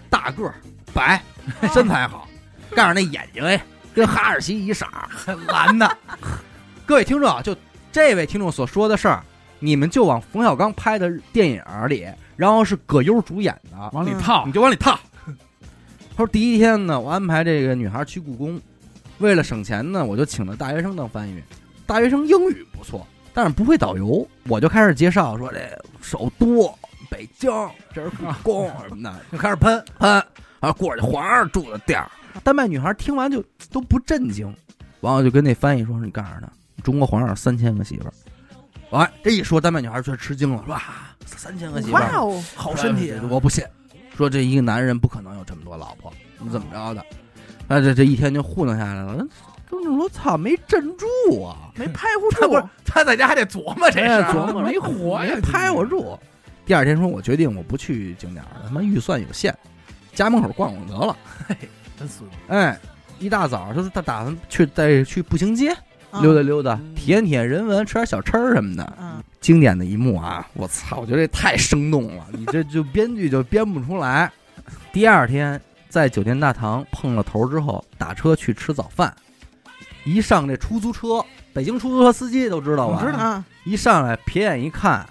Speaker 1: 大个儿，白，
Speaker 3: 嗯
Speaker 1: 身材好，盖上那眼睛哎，跟哈士奇一色儿。
Speaker 2: 很蓝的，
Speaker 1: 各位听众啊，就这位听众所说的事儿，你们就往冯小刚拍的电影儿里，然后是葛优主演的，
Speaker 4: 往里套
Speaker 1: 你，就往里套。他说第一天呢，我安排这个女孩去故宫，为了省钱呢，我就请了大学生当翻译。大学生英语不错，但是不会导游，我就开始介绍说这首都北京，这是故宫什么的，
Speaker 2: 就开始喷，
Speaker 1: 啊啊，过去皇上住的地儿。丹麦女孩听完就都不震惊，完了就跟那翻译说：“你告诉他，中国皇上有三千个媳妇儿。”完这一说，丹麦女孩却吃惊了，说：“啊，三千个媳妇
Speaker 3: 哇
Speaker 1: 儿，
Speaker 3: 哦，
Speaker 2: 好身体啊
Speaker 1: 哎，我不信，说这一个男人不可能有这么多老婆，你怎么着的？那这这一天就糊弄下来了。跟着说：“操，没镇住啊！
Speaker 3: 没拍不
Speaker 2: 他
Speaker 3: 住
Speaker 2: 不是他在家还得琢磨这事
Speaker 1: 哎
Speaker 2: 儿，啊
Speaker 1: 琢磨
Speaker 4: 没活呀
Speaker 1: 没拍我住。”第二天说：“我决定我不去景点了，他妈预算有限，家门口逛逛得了。”
Speaker 2: 真损，
Speaker 1: 哎，一大早他说他打算去带去步行街，
Speaker 3: 嗯
Speaker 1: 溜达溜达
Speaker 4: 嗯，
Speaker 1: 体验体验人文，吃点小吃儿什么的。
Speaker 3: 嗯，
Speaker 1: 经典的一幕啊，我操，我觉得这太生动 了，你这就编剧就编不出来。第二天在酒店大堂碰了头之后，打车去吃早饭，一上这出租车，北京出租车司机都嗯知道吧？
Speaker 4: 我知道
Speaker 3: 啊，
Speaker 1: 一上来撇眼一看，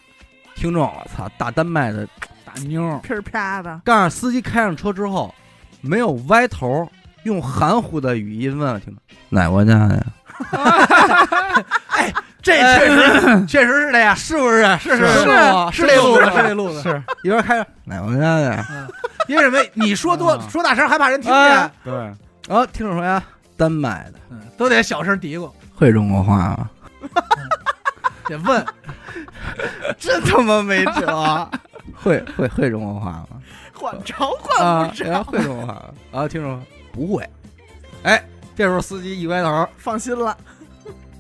Speaker 1: 听众，我操，大丹麦的
Speaker 4: 大妞儿，
Speaker 3: 噼儿啪的，
Speaker 1: 告诉司机开上车之后，没有歪头，用含糊的语音问了听众：“哪国家的呀？”
Speaker 2: 这确实确实是这样，是不是？是啊
Speaker 1: 是
Speaker 2: 是
Speaker 1: 我
Speaker 2: 是这路子，是这路
Speaker 1: 路
Speaker 2: 子。
Speaker 1: 一边开着哪国家的呀？
Speaker 2: 因为什么？你说多
Speaker 4: 啊
Speaker 2: 说大声，害怕人听
Speaker 1: 啊
Speaker 2: 见，
Speaker 4: 对，
Speaker 1: 然后哦听众说呀，丹麦的，
Speaker 2: 嗯都得小声嘀咕，
Speaker 1: 会中国话 吗？
Speaker 2: 得问。
Speaker 1: 真他妈没 辙！会会会中国话吗？
Speaker 3: 管着管
Speaker 1: 啊
Speaker 3: 不，着，
Speaker 1: 然后会中国话吗？然后听众说不会。哎，这时候司机一歪头，
Speaker 3: 放心了，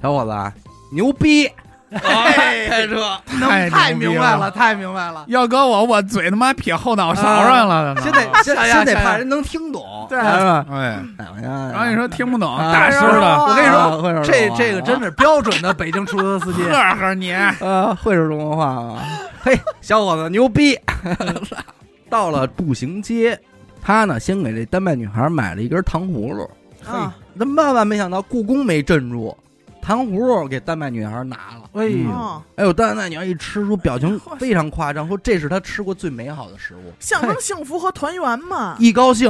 Speaker 1: 小伙子啊，牛逼！开车，
Speaker 2: 哎能
Speaker 4: 太
Speaker 2: 太
Speaker 4: 牛逼
Speaker 2: 明白
Speaker 4: 了
Speaker 2: 了，太明白了。
Speaker 4: 要搁我，我嘴他妈撇后脑勺上了呢。啊
Speaker 1: 先得先
Speaker 2: 哎呀
Speaker 1: 先得
Speaker 2: 哎呀
Speaker 1: 怕人能听懂，
Speaker 3: 对
Speaker 1: 是吧？
Speaker 4: 哎，
Speaker 1: 哪国家的呀？
Speaker 4: 然后你说听不懂，
Speaker 1: 啊
Speaker 4: 大声的，
Speaker 2: 我跟你说，
Speaker 1: 啊，会说
Speaker 2: 这这个真
Speaker 1: 的
Speaker 2: 是标准的北京出租车司机。
Speaker 4: 呵呵你，啊
Speaker 1: 呃，会说中国话吗？啊嘿，小伙子牛逼！嗯 到了步行街，他呢先给这丹麦女孩买了一根糖葫芦。哎
Speaker 3: 啊，
Speaker 1: 那万万没想到，故宫没镇住，糖葫芦给丹麦女孩拿了。
Speaker 2: 哎
Speaker 1: 嗯
Speaker 2: 呦，
Speaker 3: 哦，
Speaker 1: 哎呦，丹麦女孩一吃出表情非常夸张，说这是她吃过最美好的食物。
Speaker 3: 象征幸福和团圆嘛，
Speaker 1: 一高兴，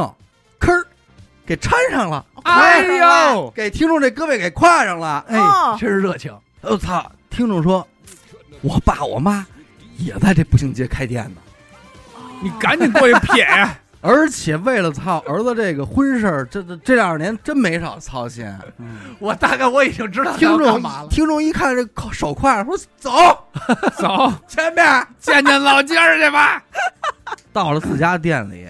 Speaker 1: 吭儿给掺哦上了，
Speaker 4: 哎呦，
Speaker 1: 给听众这胳膊给挎上了。
Speaker 2: 哎
Speaker 3: 哦，
Speaker 2: 真是热情。
Speaker 1: 我、操！听众说，我爸我妈也在这步行街开店呢。
Speaker 4: 你赶紧过去 撇呀！
Speaker 1: 而且为了操儿子这个婚事儿，这这这两年真没少操心。
Speaker 2: 我大概我已经知道他
Speaker 1: 听
Speaker 2: 要干
Speaker 1: 众
Speaker 2: 嘛了。
Speaker 1: 听众一看这口手快，说走
Speaker 4: 走，
Speaker 1: 前面。
Speaker 4: 见见老家儿去吧。
Speaker 1: 到了自家店里，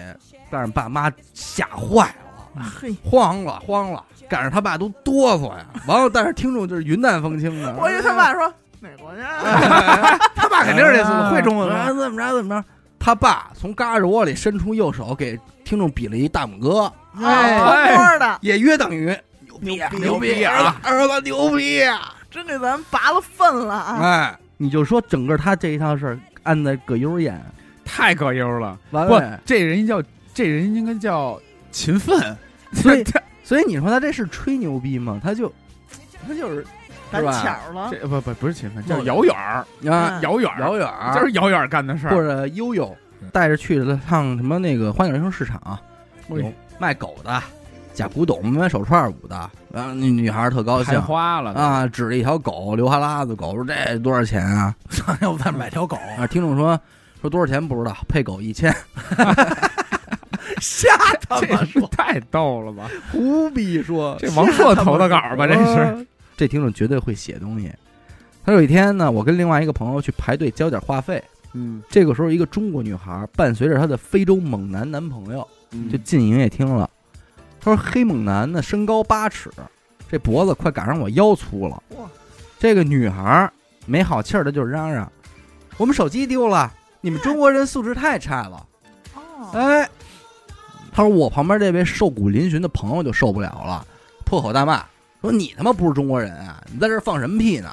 Speaker 1: 但是爸妈吓坏了，
Speaker 3: 嘿，
Speaker 1: 慌了慌了，赶上他爸都哆嗦呀。完了，但是听众就是云淡风轻的，
Speaker 3: 我以为他爸说哪国
Speaker 1: 哎
Speaker 3: 啊家
Speaker 2: 他爸肯定是这思路，
Speaker 4: 啊
Speaker 2: 会中文
Speaker 1: 啊
Speaker 2: 吗？
Speaker 1: 怎么着怎么着。他爸从胳肢窝里伸出右手给听众比了一大拇哥，哎
Speaker 3: 啊，偷摸的，
Speaker 1: 也约等于牛逼啊
Speaker 4: 牛逼
Speaker 1: 儿
Speaker 4: 啊
Speaker 1: 子儿子牛逼 啊！
Speaker 3: 真给咱拔了粪了啊！
Speaker 1: 哎，你就说整个他这一趟事儿按在葛优演，
Speaker 4: 太葛优了，
Speaker 1: 完
Speaker 4: 不
Speaker 1: 了，，
Speaker 4: 这人叫这人应该叫勤奋，
Speaker 1: 所 以所以你说他这是吹牛逼吗？他就他就是哎
Speaker 3: 赶
Speaker 1: 是吧
Speaker 3: 巧了，
Speaker 4: 这不不不是勤奋，
Speaker 1: 叫
Speaker 4: 叫遥远儿，
Speaker 1: 啊，
Speaker 4: 遥远
Speaker 1: 遥
Speaker 4: 儿，
Speaker 1: 远
Speaker 4: 就
Speaker 1: 儿
Speaker 4: 是遥远儿干的事
Speaker 1: 或
Speaker 4: 儿。
Speaker 1: 者悠悠带着去了趟什么那个花鸟市场市场，
Speaker 4: 哎
Speaker 1: 有卖狗的、假古董、卖手串舞的，然后那女孩儿特高
Speaker 4: 开
Speaker 1: 兴。
Speaker 4: 花了，
Speaker 1: 啊，指着一条狗，流哈喇子狗，说这多少钱啊？
Speaker 2: 要不咱买条狗？
Speaker 1: 啊，听众说说多少钱不知道，配狗一千，
Speaker 2: 瞎他妈
Speaker 4: 这 是
Speaker 2: 说，
Speaker 4: 太 逗了吧？
Speaker 1: 胡逼说
Speaker 4: 这王朔投的稿儿吧？这是
Speaker 1: 啊这听众绝对会写东西。他有一天呢，我跟另外一个朋友去排队交点话费。
Speaker 4: 嗯，
Speaker 1: 这个时候，一个中国女孩伴随着她的非洲猛男男朋友就
Speaker 4: 就
Speaker 1: 进营业厅了。他说：“黑猛男呢，身高八尺，这脖子快赶上我腰粗了
Speaker 3: 哇。”
Speaker 1: 这个女孩没好气儿的就嚷嚷：“我们手机丢了，你们中国人素质太差了。”
Speaker 3: 哦，
Speaker 1: 哎，他说我旁边这位瘦骨嶙峋的朋友就受不了了，破口大骂说：“你他妈不是中国人啊！你在这儿放什么屁呢？”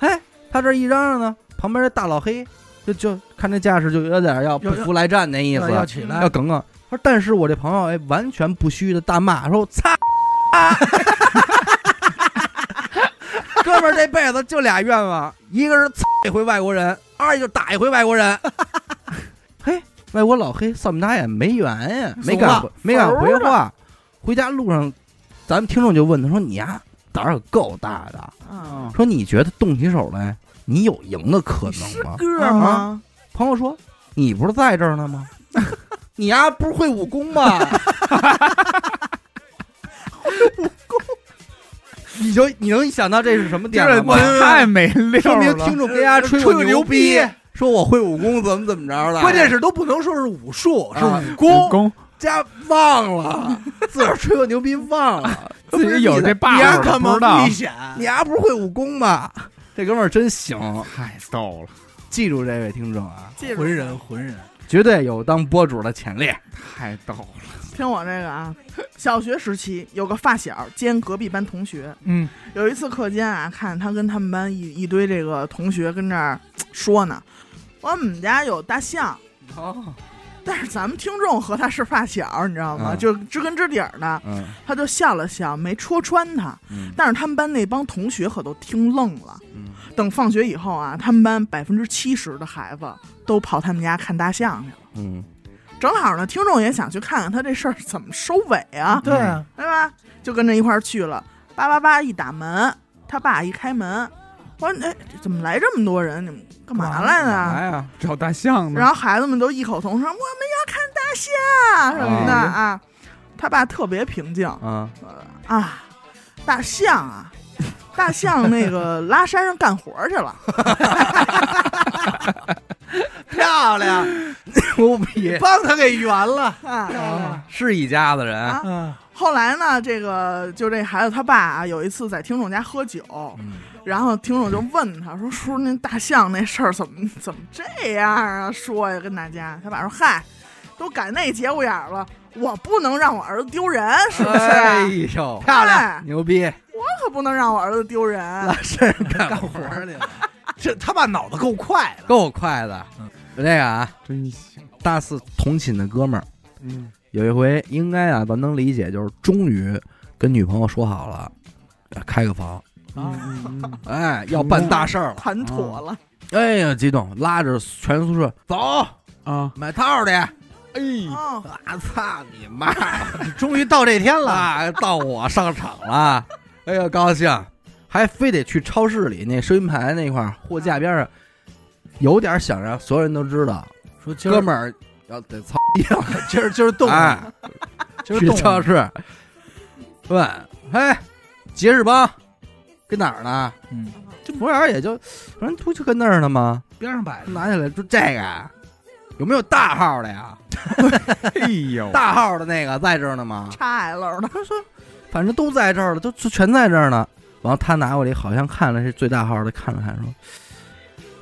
Speaker 1: 哎，他这一嚷嚷呢，旁边这大老黑就就看这架势就有点要不服来战那意思，
Speaker 2: 要啊要起来
Speaker 1: 要，梗梗。他说：“但是我这朋友哎，完全不虚的大骂说：‘我操！’” 哥们儿这辈子就俩愿望，一个是操一回外国人，二就打一回外国人。 嘿，外国老黑扫米达眼没缘呀，没敢回没敢回话。回家路上，咱们听众就问他说：“你呀，胆儿可够大的，
Speaker 3: 嗯，
Speaker 1: 说你觉得动起手来，你有赢的可
Speaker 3: 是
Speaker 1: 能吗
Speaker 3: 个儿吗？？”
Speaker 1: 朋友说：“你不是在这儿呢吗？ 你呀，不是会武功吗？ 你就你能想到这是什么
Speaker 4: 这
Speaker 1: 点儿吗？
Speaker 4: 太没溜
Speaker 1: 说明
Speaker 4: 儿
Speaker 1: 听
Speaker 4: 了。
Speaker 1: 众跟家吹我
Speaker 2: 吹我
Speaker 1: 牛
Speaker 2: 牛逼
Speaker 1: 说我会武功怎么怎么着 的，
Speaker 2: 关键是都不能说是武术，是
Speaker 1: 啊
Speaker 2: 武
Speaker 4: 武
Speaker 2: 功。
Speaker 4: 功
Speaker 1: 家忘了， 自个儿吹我牛逼忘了，
Speaker 4: 自己有这
Speaker 2: 你
Speaker 4: 把
Speaker 2: 丫
Speaker 4: 握
Speaker 2: 他
Speaker 4: 的，不知
Speaker 2: 妈
Speaker 4: 道
Speaker 2: 危，险！
Speaker 1: 你丫不是会武功吗？这哥们儿真行，
Speaker 4: 太逗了。
Speaker 1: 记住这位听众啊，
Speaker 3: 记住
Speaker 2: 浑人浑人，
Speaker 1: 绝对有当博主的潜力。
Speaker 4: 太逗了，
Speaker 3: 听我这个啊，小学时期有个发小兼隔壁班同学，
Speaker 4: 嗯，
Speaker 3: 有一次课间啊，看他跟他们班一一堆这个同学跟这儿嘖说呢，我们家有大象，
Speaker 4: 哦，
Speaker 3: 但是咱们听众和他是发小，你知道吗？
Speaker 1: 嗯
Speaker 3: 就知根知底儿的，
Speaker 1: 嗯
Speaker 3: 他就笑了笑，没戳穿他。
Speaker 1: 嗯
Speaker 3: 但是他们班那帮同学可都听愣了。
Speaker 1: 嗯，
Speaker 3: 等放学以后啊，他们班百分之七十的孩子都跑他们家看大象去了。
Speaker 1: 嗯，
Speaker 3: 正好呢，听众也想去看看他这事儿怎么收尾啊，
Speaker 2: 对啊，
Speaker 3: 对吧？就跟着一块儿去了。叭叭叭一打门，他爸一开门，我说：“哎，这怎么来这么多人？你们干嘛来呢
Speaker 4: 哎呀，找大象？”呢
Speaker 3: 然，后孩子们都异口同声：“我们要看大象什么的啊。”他爸特别平静
Speaker 1: 啊，
Speaker 3: 啊，大象啊，大象那个拉山上干活去了，
Speaker 2: 漂亮，
Speaker 1: 牛逼，
Speaker 2: 帮他给圆了。
Speaker 3: 啊。
Speaker 4: 啊
Speaker 1: 是一家子人。
Speaker 3: 啊
Speaker 2: 嗯，
Speaker 3: 后来呢，这个就这孩子他爸啊，有一次在听众家喝酒，
Speaker 1: 嗯
Speaker 3: 然后听众就问他说：“叔，那大象那事儿怎么 怎么这样啊？”说呀，跟大家，他爸说：“嗨，都赶那节骨眼儿了，我不能让我儿子丢人，是不是？
Speaker 1: 哎呦，
Speaker 3: 漂亮
Speaker 1: 牛逼！
Speaker 3: 我可不能让我儿子丢人。
Speaker 1: 是干
Speaker 2: 干活儿去了。这他爸脑子够快的，
Speaker 1: 够快的
Speaker 2: 嗯。
Speaker 1: 这个啊，
Speaker 4: 真行，
Speaker 1: 大四同寝的哥们儿，
Speaker 4: 嗯，
Speaker 1: 有一回应该啊，咱能理解，就是终于跟女朋友说好了，呃开个房，
Speaker 4: 嗯嗯
Speaker 1: 哎，要办大事儿了。
Speaker 3: 谈妥了，
Speaker 1: 哎呀，激动，拉着全宿舍走，
Speaker 4: 啊，
Speaker 1: 买套去。
Speaker 4: 哎，
Speaker 3: 嗯，
Speaker 1: 啊操你妈！
Speaker 2: 终于到这天了。
Speaker 1: 啊，到我上场了，哎呦高兴，还非得去超市里那收银台那块儿货架边上，有点想让所有人都知道，
Speaker 2: 说今
Speaker 1: 哥
Speaker 2: 儿
Speaker 1: 们儿要得操
Speaker 2: 儿，今儿今儿动了，
Speaker 1: 哎，
Speaker 2: 今儿
Speaker 1: 去
Speaker 2: 动啊
Speaker 1: 超
Speaker 2: 了。
Speaker 1: 市问，哎，杰士邦跟哪儿呢？
Speaker 2: 嗯，
Speaker 1: 这服务员也就人不就跟那儿呢吗？
Speaker 2: 边上摆 着呢。
Speaker 1: 拿起来就这个，有没有大号的呀？
Speaker 4: 哎呦，
Speaker 1: 大号的那个在这儿呢吗？
Speaker 3: 叉 L 的，
Speaker 1: 他说，反正都在这儿了，都都全在这儿呢。完，他拿过来，好像看了是最大号的，看了看，说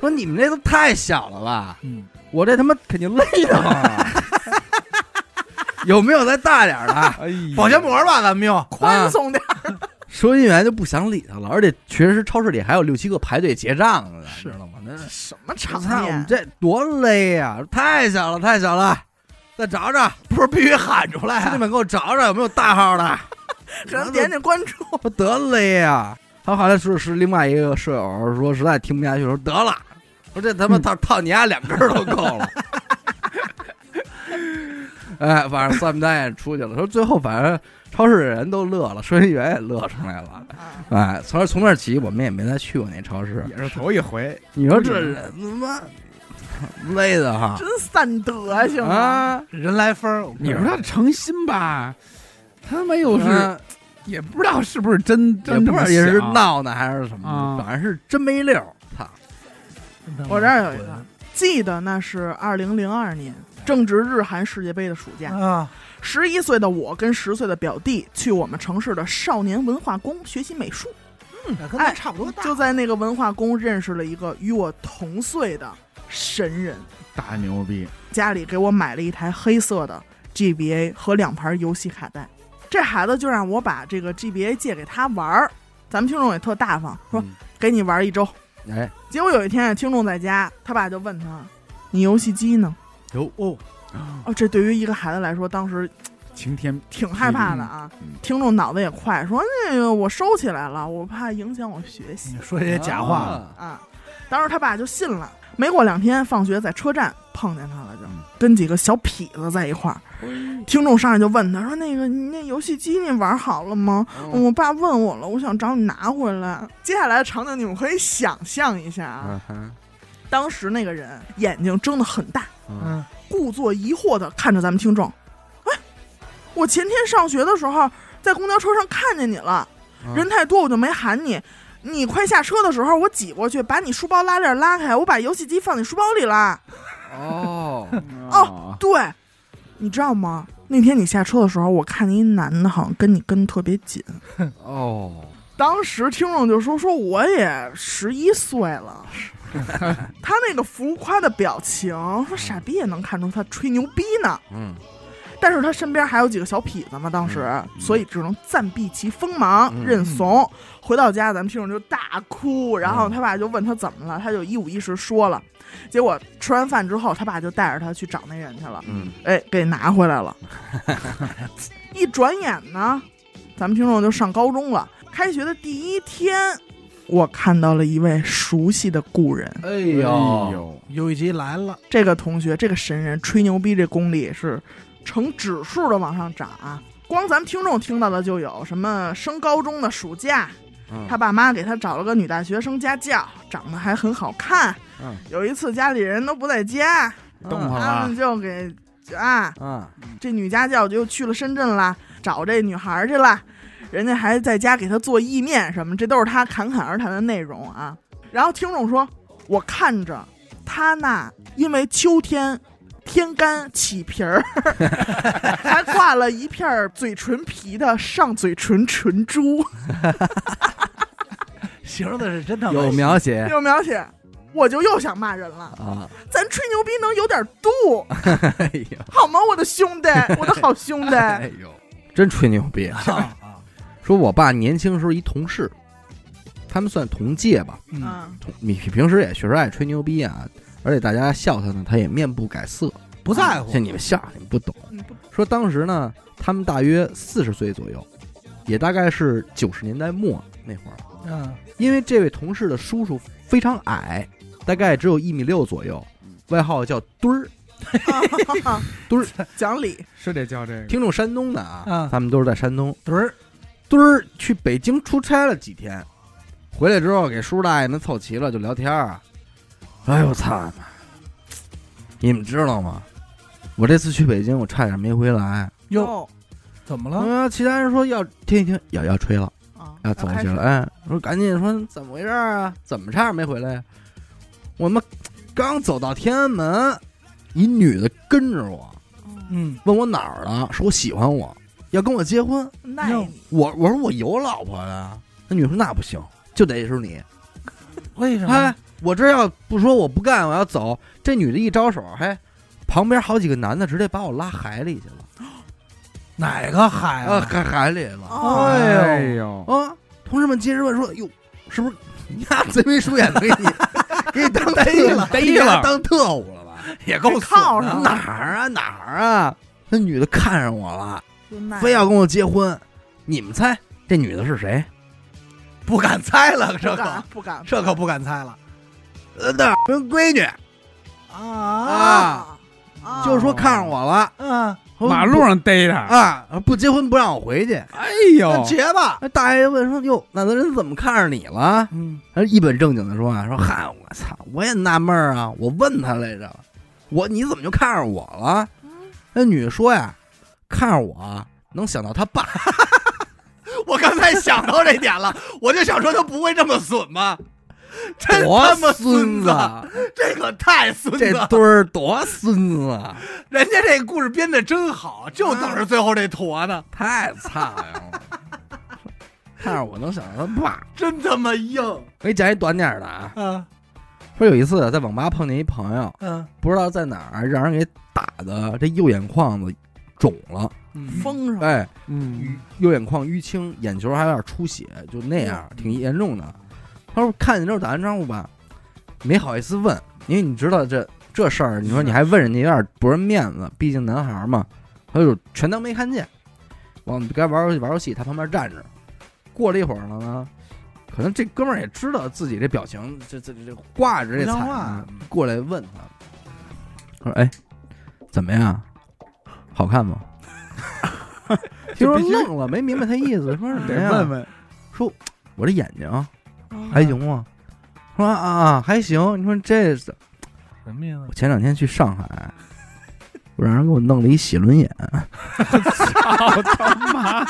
Speaker 1: 说你们这都太小了吧，
Speaker 2: 嗯，
Speaker 1: 我这他妈肯定累得慌 啊。有没有再大点儿的？啊
Speaker 4: 哎，
Speaker 2: 保鲜膜吧，咱们用。
Speaker 3: 宽松点儿。
Speaker 1: 收银员就不想理他了，而且确实超市里还有六七个排队结账的呢，
Speaker 2: 是
Speaker 1: 知道吗？那
Speaker 3: 什么
Speaker 1: 我
Speaker 3: 场
Speaker 1: 操，我们
Speaker 3: 面？
Speaker 1: 这多累呀、太小了，太小了，再找找，
Speaker 2: 不是必须喊出来
Speaker 1: 兄弟
Speaker 2: 啊。
Speaker 1: 们给我找找有没有大号的。
Speaker 3: 可能点点关注。
Speaker 1: 说得嘞呀、他后来是是另外一个舍友说实在听不下去，说得了，说这
Speaker 3: 嗯
Speaker 1: 他妈套套你丫两根儿都够了。 哎，反正算单也出去了，说最后反正超市的人都乐了，收银员也乐出来了。
Speaker 3: 啊
Speaker 1: 哎，从从那儿起我们也没再去过那超市。
Speaker 4: 也是头一回，
Speaker 1: 你说这人他妈累的哈
Speaker 3: 真散德行啊！
Speaker 1: 啊！
Speaker 2: 人来疯儿，
Speaker 4: 你说他诚心吧，他没有是
Speaker 1: 嗯
Speaker 4: 也不知道是不是真，
Speaker 1: 也
Speaker 4: 真
Speaker 1: 不知道也是
Speaker 4: 这么想，
Speaker 1: 闹呢还是什么
Speaker 4: 啊
Speaker 1: 的，反正是真没溜儿。操，
Speaker 2: 嗯
Speaker 3: 我这儿有一个记得那是二零零二年，正值日韩世界杯的暑假，
Speaker 2: 啊，
Speaker 3: 十一岁的我跟十岁的表弟去我们城市的少年文化宫学习美术，
Speaker 2: 那跟咱差不多大。
Speaker 3: 就在那个文化宫认识了一个与我同岁的神人，
Speaker 4: 大牛逼，
Speaker 3: 家里给我买了一台黑色的 GBA 和两盘游戏卡带，这孩子就让我把这个 GBA 借给他玩儿，咱们听众也特大方，说
Speaker 1: 嗯
Speaker 3: 给你玩一周。
Speaker 1: 哎，
Speaker 3: 结果有一天，听众在家，他爸就问他：“你游戏机呢？”
Speaker 1: 有哦，
Speaker 3: 哦，这对于一个孩子来说，当时
Speaker 4: 晴天，
Speaker 3: 挺害怕的啊。
Speaker 4: 嗯嗯
Speaker 3: 听众脑子也快，说那个我收起来了，我怕影响我学习
Speaker 2: 你说这些假话了，
Speaker 1: 啊
Speaker 4: 嗯
Speaker 3: 啊。当时他爸就信了。没过两天，放学在车站碰见他了，就
Speaker 4: 嗯
Speaker 3: 跟几个小痞子在一块儿。听众上来就问他说：“那个你那游戏机你玩好了吗？
Speaker 1: 嗯
Speaker 3: 我爸问我了，我想找你拿回来。”接下来的场景你们可以想象一下啊，
Speaker 1: 嗯哼
Speaker 3: 当时那个人眼睛睁得很大，
Speaker 1: 嗯
Speaker 2: 嗯，
Speaker 3: 故作疑惑的看着咱们听众。哎，我前天上学的时候在公交车上看见你了，
Speaker 1: 嗯
Speaker 3: 人太多我就没喊你。你快下车的时候，我挤过去把你书包拉链拉开，我把游戏机放你书包里了。
Speaker 1: 哦，
Speaker 4: 哦，
Speaker 3: 对，你知道吗？那天你下车的时候，我看你一男的，好像跟你跟得特别紧。
Speaker 1: 哦，
Speaker 3: 当时听众就说：“说我也十一岁了，他那个浮夸的表情，说傻逼也能看出他吹牛逼呢。
Speaker 1: 嗯，
Speaker 3: 但是他身边还有几个小痞子嘛，当时，
Speaker 1: 嗯嗯
Speaker 3: 所以只能暂避其锋芒，
Speaker 1: 嗯
Speaker 3: 认怂。回到家，咱们听众就大哭，然
Speaker 1: 嗯
Speaker 3: 后他爸就问他怎么了，他就一五一十说了。结果吃完饭之后，他爸就带着他去找那人去了，
Speaker 1: 嗯，
Speaker 3: 哎，给拿回来了。一转眼呢，咱们听众就上高中了。开学的第一天，我看到了一位熟悉的故人。
Speaker 1: 哎
Speaker 4: 哎
Speaker 1: 呦，
Speaker 4: 呦，
Speaker 2: 有一集来了，
Speaker 3: 这个同学，这个神人吹牛逼这功力是呈指数的往上涨啊！光咱们听众听到的就有什么升高中的暑假，
Speaker 1: 嗯
Speaker 3: 他爸妈给他找了个女大学生家教，长得还很好看。
Speaker 1: 嗯
Speaker 3: 有一次家里人都不在家，
Speaker 4: 动好
Speaker 3: 他
Speaker 4: 了
Speaker 3: 们，就给啊
Speaker 1: 啊，
Speaker 3: 这女家教就去了深圳啦，找这女孩儿去了，人家还在家给她做意面什么，这都是他侃侃而谈的内容啊。然后听众说，我看着他那因为秋天天干起皮儿， 还挂了一片儿嘴唇皮的上嘴唇唇珠，
Speaker 2: 形容的是真他妈
Speaker 1: 有描写
Speaker 3: 有描写。我就又想骂人了，
Speaker 1: 啊，
Speaker 3: 咱吹牛逼能有点度
Speaker 1: 哎呦，
Speaker 3: 好吗，我的兄弟，我的好兄 弟，
Speaker 1: 哎呦，真吹牛逼！
Speaker 2: 啊啊，
Speaker 1: 说我爸年轻时候一同事，他们算同届吧，
Speaker 2: 嗯，
Speaker 3: 嗯，
Speaker 1: 同你平时也确实爱吹牛逼啊，而且大家笑他呢，他也面不改色，
Speaker 2: 不在乎
Speaker 1: 像你们笑，你们不懂。
Speaker 3: 你不
Speaker 1: 说当时呢，他们大约四十岁左右，也大概是九十年代末那会儿。
Speaker 2: 嗯，
Speaker 1: 因为这位同事的叔叔非常矮，大概只有一米六左右，外号叫墩儿。
Speaker 3: 都是讲理，
Speaker 4: 是得叫这个，
Speaker 1: 听众山东的啊，
Speaker 2: 嗯
Speaker 1: 他们都是在山东。
Speaker 2: 墩儿，
Speaker 1: 墩儿去北京出差了几天，回来之后给叔叔大爷们凑齐了就聊天儿啊。哎呦我操妈！你们知道吗？我这次去北京，我差点没回来。
Speaker 2: 哟，
Speaker 3: 哦
Speaker 2: 怎么了？
Speaker 1: 嗯，其他人说要听一听，要要吹了，
Speaker 3: 啊
Speaker 1: 要走
Speaker 3: 开
Speaker 1: 去
Speaker 3: 始
Speaker 1: 了。哎，我说赶紧说怎么回事儿啊？怎么差点没回来呀、我们刚走到天安门，一女的跟着我，
Speaker 2: 嗯，
Speaker 1: 问我哪儿的，说我喜欢我，要跟我结婚。
Speaker 3: 耐你，
Speaker 1: 我我说我有老婆了，那女说那不行，就得是你。
Speaker 2: 为什
Speaker 1: 哎
Speaker 2: 么？，
Speaker 1: 我这要不说我不干，我要走。这女的一招手，嘿，旁边好几个男的直接把我拉海里去了，
Speaker 2: 哪个海
Speaker 1: 啊，
Speaker 2: 啊？
Speaker 1: 海海里了。
Speaker 3: 哦
Speaker 4: 哎
Speaker 2: 哎
Speaker 4: 呦，
Speaker 1: 啊，同志们接着问说，哟，是不是你丫贼眉鼠眼的给你 给你当逮了，给
Speaker 4: 逮了
Speaker 1: 你丫当特务了吧？
Speaker 2: 也够损啊
Speaker 3: 靠
Speaker 2: 的
Speaker 3: 上
Speaker 1: 哪儿啊哪儿啊？那女的看上我了，
Speaker 3: 就耐
Speaker 1: 非要跟我结婚。你们猜这女的是谁？
Speaker 2: 不敢猜了，
Speaker 3: 不
Speaker 2: 这
Speaker 3: 敢
Speaker 2: 可
Speaker 3: 不敢
Speaker 2: 这可不敢猜了
Speaker 1: 呃，那儿跟闺女，
Speaker 2: 啊
Speaker 1: 啊
Speaker 3: 啊啊！
Speaker 1: 就是说看上我了。
Speaker 2: 嗯，
Speaker 4: 马路上逮着，
Speaker 1: 啊，不结婚不让我回去。
Speaker 4: 哎
Speaker 2: 那
Speaker 4: 呦，
Speaker 2: 结吧，
Speaker 1: 那大爷问说：“哟，那人怎么看上你了
Speaker 2: 嗯，？”
Speaker 1: 他一本正经的说：“啊，说嗨，我操，我也纳闷儿啊，我问他来着，我你怎么就看上我了？”那女的说呀：“看上我能想到他 爸，
Speaker 2: 我刚才想到这点了， 我就想说他不会这么损吧？真
Speaker 1: 多
Speaker 2: 他妈
Speaker 1: 孙
Speaker 2: 子，这可太孙子
Speaker 1: 这
Speaker 2: 了！
Speaker 1: 墩儿多孙子啊，
Speaker 2: 人家这故事编的真好，就等着最后这坨呢，
Speaker 1: 太差了。 看上我能想到他爸。
Speaker 2: 真他妈硬
Speaker 1: 我给你讲一短点儿的啊，
Speaker 2: 啊！
Speaker 1: 说有一次在网吧碰见一朋友，
Speaker 2: 嗯
Speaker 1: 不知道在哪儿让人给打的，这右眼眶子肿了，
Speaker 2: 嗯
Speaker 3: 封上
Speaker 1: 哎，
Speaker 4: 嗯，
Speaker 1: 右眼眶淤青，眼球还有点出血，就那样，挺严重的。他说看见之后打完招呼吧，没好意思问，因为你知道这这事儿，你说你还问人家有点不人面子，毕竟男孩嘛，他就全当没看见。往该玩游戏玩游戏，他旁边站着。过了一会儿了呢，可能这哥们儿也知道自己这表情，这这这挂着这
Speaker 2: 不像
Speaker 1: 惨
Speaker 2: 话
Speaker 1: 啊，过来问他，他说：“哎，怎么样？好看 吗？” 听说愣了，没明白他意思，说什么呀？
Speaker 4: 问，嗯
Speaker 1: 说我这眼睛
Speaker 3: 嗯哎
Speaker 1: 还行吗？说啊啊还行。你说这是
Speaker 4: 什么呀？
Speaker 1: 我前两天去上海，我让人给我弄了一洗轮眼，
Speaker 4: 操哦他妈！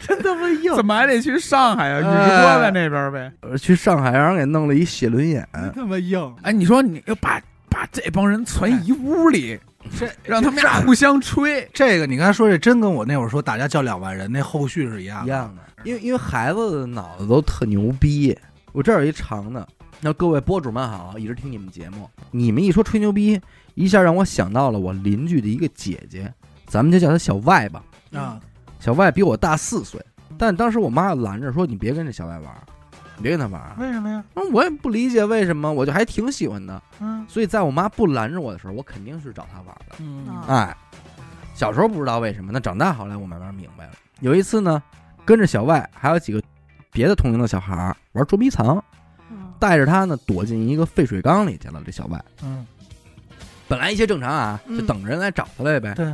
Speaker 2: 真他妈硬
Speaker 4: 怎么还得去上海啊？宇智波在那边呗。
Speaker 1: 我呃去上海让人给弄了一洗轮眼。
Speaker 2: 真他妈硬？
Speaker 4: 哎，你说你要把把这帮人攒一屋里，
Speaker 2: 这
Speaker 4: 让他们俩互相吹，
Speaker 2: 这个你刚才说这真跟我那会儿说打架叫两万人那后
Speaker 1: 啊
Speaker 2: 续是一样
Speaker 1: 一样的，因为因为孩子的脑子都特牛逼。我这儿有一长的，那各位博主们好，一直听你们节目，你们一说吹牛逼，一下让我想到了我邻居的一个姐姐，咱们就叫她小外吧。
Speaker 2: 啊，
Speaker 1: 小外比我大四岁，但当时我妈拦着说：“你别跟这小外玩儿，你别跟他玩儿。
Speaker 2: 为什么呀？”
Speaker 1: 嗯，我也不理解为什么，我就还挺喜欢的。
Speaker 2: 嗯
Speaker 1: 所以在我妈不拦着我的时候，我肯定是找她玩儿的。
Speaker 4: 嗯
Speaker 3: 啊
Speaker 1: 哎，小时候不知道为什么，那长大后来我慢慢明白了。有一次呢，跟着小外还有几个别的同龄的小孩儿玩捉迷藏，
Speaker 3: 嗯
Speaker 1: 带着他呢躲进一个废水缸里去了。这小外
Speaker 2: 嗯，
Speaker 1: 本来一切正常啊，
Speaker 3: 嗯
Speaker 1: 就等着人来找他来呗。
Speaker 2: 对，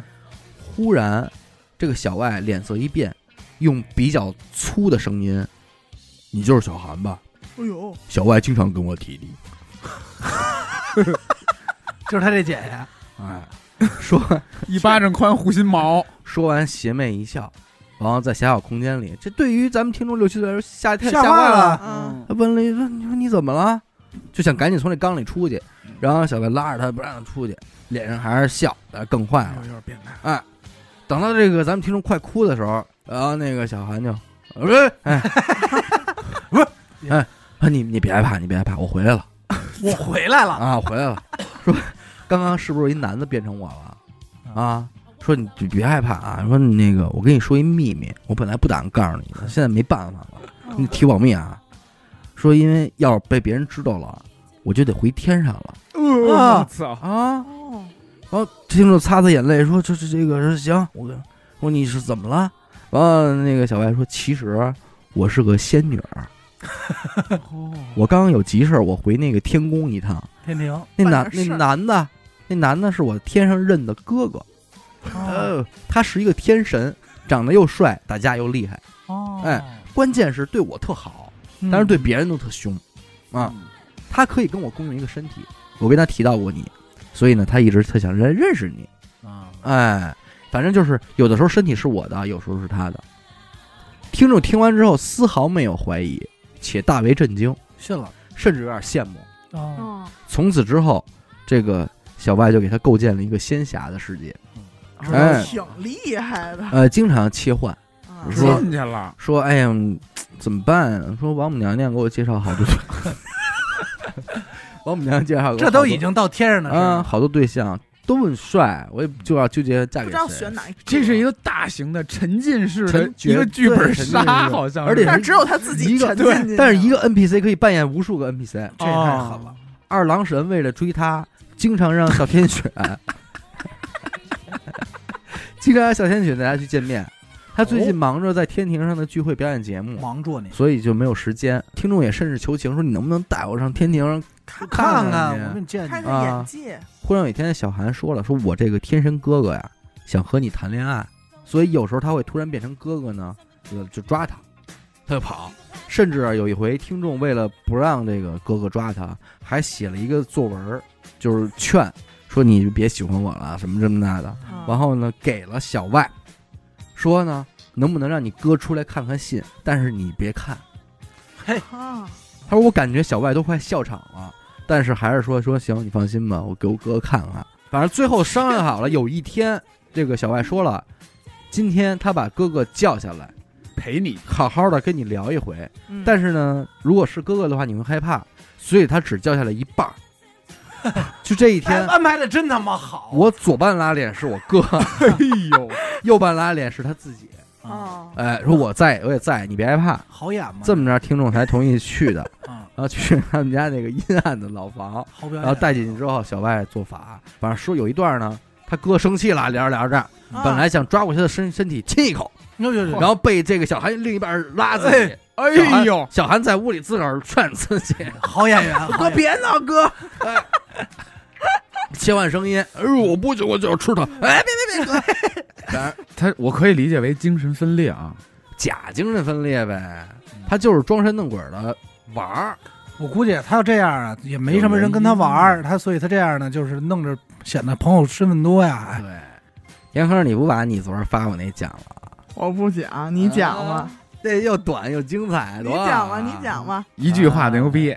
Speaker 1: 忽然，这个小外脸色一变，用比较粗的声音：“你就是小韩吧？
Speaker 3: 哎呦，
Speaker 1: 小外经常跟我提你。”
Speaker 2: 就是他这姐姐，
Speaker 1: 哎， 说
Speaker 4: 一巴掌宽护心毛，
Speaker 1: 说完，邪魅一笑，然后在狭小空间里，这对于咱们听众六七岁来说吓一跳
Speaker 2: 吓
Speaker 1: 坏
Speaker 2: 坏了
Speaker 3: 嗯，
Speaker 1: 他问了一句：“你说你怎么了？”就想赶紧从这缸里出去，然后小白拉着他不让他出去，脸上还是笑，呃更坏
Speaker 4: 哎
Speaker 1: 了。
Speaker 2: 有点变态。
Speaker 1: 等到这个咱们听众快哭的时候，然后那个小韩就，呃哎，不是，哎，哎你你别害怕，你别害怕，我回来了
Speaker 2: 我回来了，
Speaker 1: 啊，我回来了。说刚刚是不是一男的变成我了啊？说你你别害怕啊，说你那个我跟你说一秘密，我本来不打算告诉你的，现在没办法了。你提保密啊，说因为要是被别人知道了，我就得回天上了
Speaker 4: 我操！
Speaker 1: 啊。
Speaker 3: 哦，
Speaker 1: 然后听众擦擦眼泪说：“这这这个说行，我跟我说你是怎么了？”完了，那个小白说：“其实我是个仙女儿，
Speaker 4: 哦
Speaker 1: 我刚刚有急事儿，我回那个天宫一趟。
Speaker 2: 天庭，
Speaker 1: 那
Speaker 3: 办
Speaker 1: 男
Speaker 3: 点
Speaker 1: 那
Speaker 3: 事儿
Speaker 1: 男的，那男的是我天上认的哥哥，
Speaker 2: 哦
Speaker 1: 呃，他是一个天神，长得又帅，打架又厉害，
Speaker 2: 哦，
Speaker 1: 哎，关键是对我特好，
Speaker 2: 嗯
Speaker 1: 但是对别人都特凶。
Speaker 3: 嗯
Speaker 1: 啊他可以跟我共用一个身体，我跟他提到过你，所以呢，他一直特想认认识你。
Speaker 2: 啊，
Speaker 1: 哎，反正就是有的时候身体是我的，有时候是他的。听众听完之后丝毫没有怀疑，且大为震惊，
Speaker 2: 信了
Speaker 1: 甚至有点羡慕。
Speaker 2: 啊，
Speaker 3: 哦，
Speaker 1: 从此之后，这个小外就给他构建了一个仙侠的世界，哎
Speaker 3: 挺厉害的，
Speaker 1: 呃，经常切换，
Speaker 3: 啊
Speaker 1: 我说
Speaker 4: 进去了，
Speaker 1: 说：“哎呀，嗯怎么办、啊？”说王母娘娘给我介绍好多， 王母娘娘介绍给我
Speaker 2: 这都
Speaker 1: 好多
Speaker 2: 已经到天上的事
Speaker 1: 啊，
Speaker 2: 儿
Speaker 1: 好多对象都很帅，我也就要纠结嫁
Speaker 3: 不
Speaker 1: 给
Speaker 3: 知道
Speaker 1: 谁
Speaker 3: 选。哪一个，
Speaker 4: 这是一个大型的沉浸式的
Speaker 1: 沉
Speaker 4: 一个剧本杀，
Speaker 1: 对
Speaker 4: 好像是，
Speaker 1: 而且
Speaker 3: 但是只有他自己
Speaker 1: 一个
Speaker 3: 沉浸进去
Speaker 1: 但是一个 NPC 可以扮演无数个 NPC，
Speaker 2: 这也太狠了。
Speaker 1: 二郎神为了追她，经常让小天选， 经常让小天选带她去见面。他最
Speaker 2: 哦
Speaker 1: 近忙着在天庭上的聚会表演节目，
Speaker 2: 忙住你，
Speaker 1: 所以就没有时间。听众也甚是求情，说你能不能带我上天庭上
Speaker 3: 看
Speaker 1: 看看
Speaker 2: 看看
Speaker 1: 你
Speaker 2: 我给你见
Speaker 3: 开
Speaker 2: 见
Speaker 3: 开
Speaker 1: 啊
Speaker 3: 眼界，
Speaker 1: 忽然有一天，小韩说了：“说我这个天神哥哥呀，想和你谈恋爱，所以有时候他会突然变成哥哥呢，就就抓他，他就跑。甚至啊有一回，听众为了不让这个哥哥抓他，还写了一个作文儿，就是劝说你别喜欢我了，什么这么那的。
Speaker 3: 啊
Speaker 1: 然后呢，给了小外，说呢，能不能让你哥出来看看信？但是你别看。
Speaker 3: 啊，
Speaker 1: 他说我感觉小外都快笑场了，但是还是说说行，你放心吧，我给我哥看看。反正最后商量好了，有一天这个小外说了，今天他把哥哥叫下来，
Speaker 4: 陪你
Speaker 1: 好好的跟你聊一回。
Speaker 3: 嗯
Speaker 1: 但是呢，如果是哥哥的话，你会害怕，所以他只叫下来一半儿。就这一
Speaker 2: 哎
Speaker 1: 天，
Speaker 2: 安排的真他妈好。
Speaker 1: 我左半拉脸是我哥，
Speaker 4: 哎呦，
Speaker 1: 右半拉脸是他自己。
Speaker 2: 啊，
Speaker 3: 哦，
Speaker 1: 哎，说我在，我也在，你别害怕。
Speaker 2: 好演吗？
Speaker 1: 这么着，听众才同意去的，
Speaker 2: 啊，
Speaker 1: 然后去他们家那个阴暗的老房。
Speaker 2: 好表演。
Speaker 1: 然后带进去之后，小外做法，反正说有一段呢，他哥生气了，聊着聊着，呃
Speaker 3: 啊
Speaker 1: 本来想抓过去的身身体亲一口，
Speaker 2: 呦呦呦，
Speaker 1: 然后被这个小韩另一半拉自己。小
Speaker 4: 哎
Speaker 1: 韩
Speaker 4: 呦，
Speaker 1: 小韩在屋里自个儿劝自 己，哎
Speaker 2: 好演员，好
Speaker 3: 哥
Speaker 2: 演员
Speaker 3: 别闹，哥，
Speaker 1: 切换声音，哎呦，我不行，我就要吃他，哎，别别别，哥，反正
Speaker 4: 他我可以理解为精神分裂啊，
Speaker 1: 假精神分裂呗，他就是装神弄鬼的玩儿，
Speaker 2: 我估计他要这样啊，也没什么人跟他玩儿，他所以他这样呢，就是弄着显得朋友身份多呀。哎
Speaker 1: 对。严科，你不把你昨儿发我那讲了？
Speaker 3: 我不讲，你讲吧，
Speaker 1: 这又短又精彩，
Speaker 3: 啊你
Speaker 1: 多好
Speaker 3: 讲吧，
Speaker 1: 啊
Speaker 3: 你讲吧，
Speaker 4: 一句话牛逼，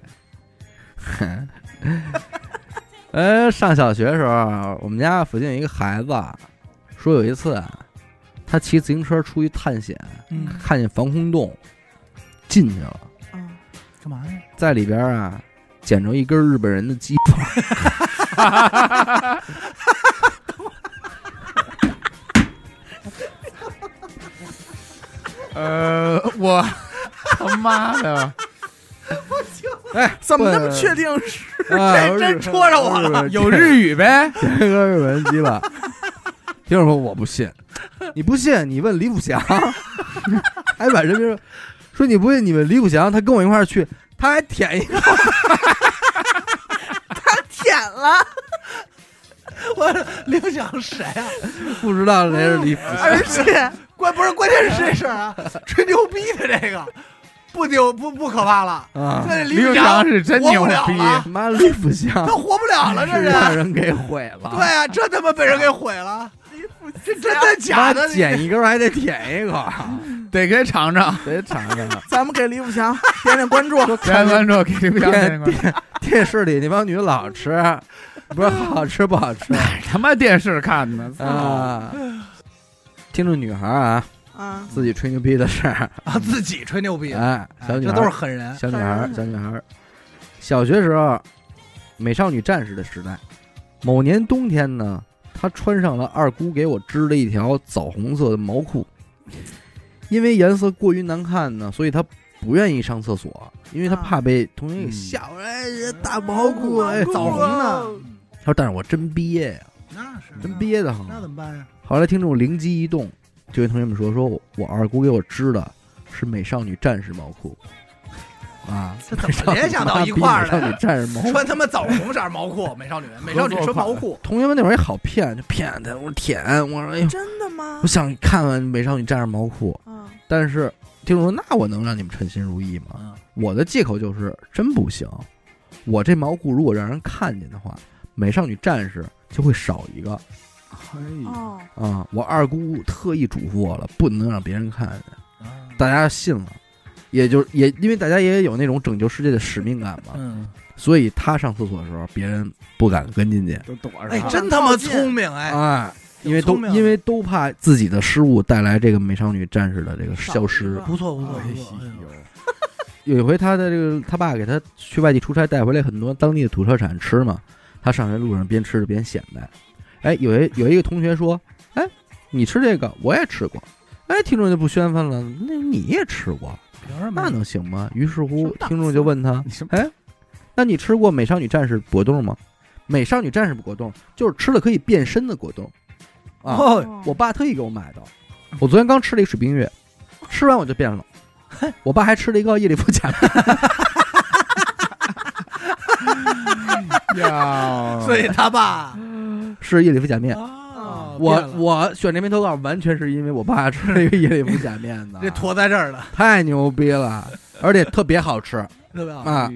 Speaker 1: 呃，上小学的时候，我们家附近有一个孩子，啊说有一次啊，他骑自行车出去探险，
Speaker 2: 嗯，
Speaker 1: 看见防空洞，进去了，
Speaker 3: 嗯，
Speaker 2: 干嘛呀？
Speaker 1: 在里边啊剪成一根日本人的鸡 巴。
Speaker 4: 呃，我 他妈的，
Speaker 1: 哎，
Speaker 3: 怎么那么确定是？
Speaker 1: 啊
Speaker 3: 这真戳着我
Speaker 1: 了
Speaker 4: 有日语呗？
Speaker 1: 剪成一根日本人鸡巴。 听着说我不信，你不信你问李富祥， 还把人民说说你不信你问李富祥，他跟我一块儿去，他还舔一个，
Speaker 3: 他舔了，
Speaker 2: 我 刘翔谁啊？
Speaker 1: 不知道谁是李富祥。
Speaker 3: 而且
Speaker 2: 关不是关键是这事儿啊，吹牛逼的这个不丢不不可 怕了，
Speaker 1: 啊，
Speaker 2: 这
Speaker 4: 刘
Speaker 2: 翔
Speaker 4: 翔是真牛
Speaker 2: 活不
Speaker 4: 逼
Speaker 2: 了了
Speaker 1: 他妈李富 祥
Speaker 2: 他活不了了，这
Speaker 1: 是
Speaker 2: 啊是。啊
Speaker 1: 让人给毁了。
Speaker 2: 对啊，这他妈被人给毁了， 这真的假
Speaker 1: 妈
Speaker 2: 的？
Speaker 1: 剪一根儿还得舔一个，
Speaker 4: 得给尝尝。
Speaker 1: 得尝尝。
Speaker 3: 咱们给李富强点点关注，啊
Speaker 4: 点关注，给刘翔点
Speaker 1: 电
Speaker 4: 关注。
Speaker 1: 电电视里那帮女老吃，不是好吃不好 吃
Speaker 4: 他妈电视看的，操！
Speaker 1: 啊？听众女孩啊，
Speaker 3: 啊，
Speaker 1: 自己吹牛逼的事儿，
Speaker 2: 啊，自己吹牛逼，
Speaker 1: 哎，
Speaker 2: 哎
Speaker 1: 小女
Speaker 2: 这
Speaker 1: 孩，
Speaker 2: 都是狠人。
Speaker 1: 小女孩，小女孩，小学时候，美少女战士的时代，某年冬天呢，她穿上了二姑给我织的一条枣红色的毛裤，因为颜色过于难看呢，所以她不愿意上厕所，因为她
Speaker 3: 啊
Speaker 1: 怕被同学给
Speaker 4: 嗯
Speaker 1: 吓着，哎，这大毛裤，哎，
Speaker 2: 枣
Speaker 3: 枣
Speaker 1: 枣
Speaker 2: 红
Speaker 1: 红。
Speaker 2: 呢？
Speaker 1: 她说，但是我真憋呀，
Speaker 2: 那是
Speaker 1: 真，憋得很。
Speaker 2: 嗯那怎么办呀？
Speaker 1: 后来听众灵机一动，就跟同学们说，说我二姑给我织的是美少女战士毛裤。啊，
Speaker 2: 这怎么联想到一块儿
Speaker 1: 了？
Speaker 2: 了
Speaker 1: 美少女战士毛裤
Speaker 2: 穿他妈枣红色毛裤，美少女，美少女穿毛裤，
Speaker 1: 同学们那会儿也好骗，就骗他。我说舔，我说哎呦，
Speaker 3: 真的吗
Speaker 1: 我？想看看美少女战士毛裤，
Speaker 3: 啊，
Speaker 1: 但是听众说那我能让你们称心如意吗？
Speaker 2: 嗯
Speaker 1: 我的借口就是真不行，我这毛裤如果让人看见的话，美少女战士就会少一个
Speaker 2: 嗯
Speaker 4: 哎
Speaker 3: 哦，
Speaker 1: 啊。我二姑特意嘱咐我了，不能让别人看见，
Speaker 2: 啊
Speaker 1: 大家信了。也就也因为大家也有那种拯救世界的使命感嘛，
Speaker 2: 嗯，
Speaker 1: 所以他上厕所的时候，别人不敢跟进去。
Speaker 4: 都躲着
Speaker 2: 哎，
Speaker 4: 他
Speaker 2: 真他妈聪明哎，
Speaker 1: 哎，因为
Speaker 2: 挺
Speaker 1: 都
Speaker 2: 聪明的
Speaker 1: 因为都怕自己的失误带来这个美少女战士的这个消失。
Speaker 2: 不错不错
Speaker 4: 哎
Speaker 2: 不
Speaker 4: 呦
Speaker 2: 错，哎呦
Speaker 1: 有一 回，他的这个他爸给他去外地出差，带回来很多当地的土特产吃嘛。他上学路上边吃着边显摆。哎，有一有一个同学说：“哎，你吃这个我也吃过。”哎，听众就不宣愤了，那你也吃过，
Speaker 2: 凭什
Speaker 1: 那
Speaker 2: 么？哎
Speaker 1: 能行吗？于是
Speaker 3: 什
Speaker 1: 乎
Speaker 3: 么，档次
Speaker 1: 听众就问他
Speaker 4: 你什：“
Speaker 1: 哎，那你吃过美少女战士果冻吗？”美少女战士果冻就是吃了可以变身的果冻啊。
Speaker 2: 哦，
Speaker 1: 我爸特意给我买的。我昨天刚吃了一水冰月，吃完我就 变了。我爸还吃了一个夜里夫假面，
Speaker 4: 呀，
Speaker 2: 所以他爸
Speaker 1: 是夜里夫假面。
Speaker 2: 啊，
Speaker 1: 我
Speaker 2: 变了
Speaker 1: 我选这篇投稿完全是因为我爸吃了一个夜里夫假面 的，
Speaker 2: 这坨在这儿了，
Speaker 1: 太牛逼了，而且特别好吃。
Speaker 2: 对吧？
Speaker 1: 啊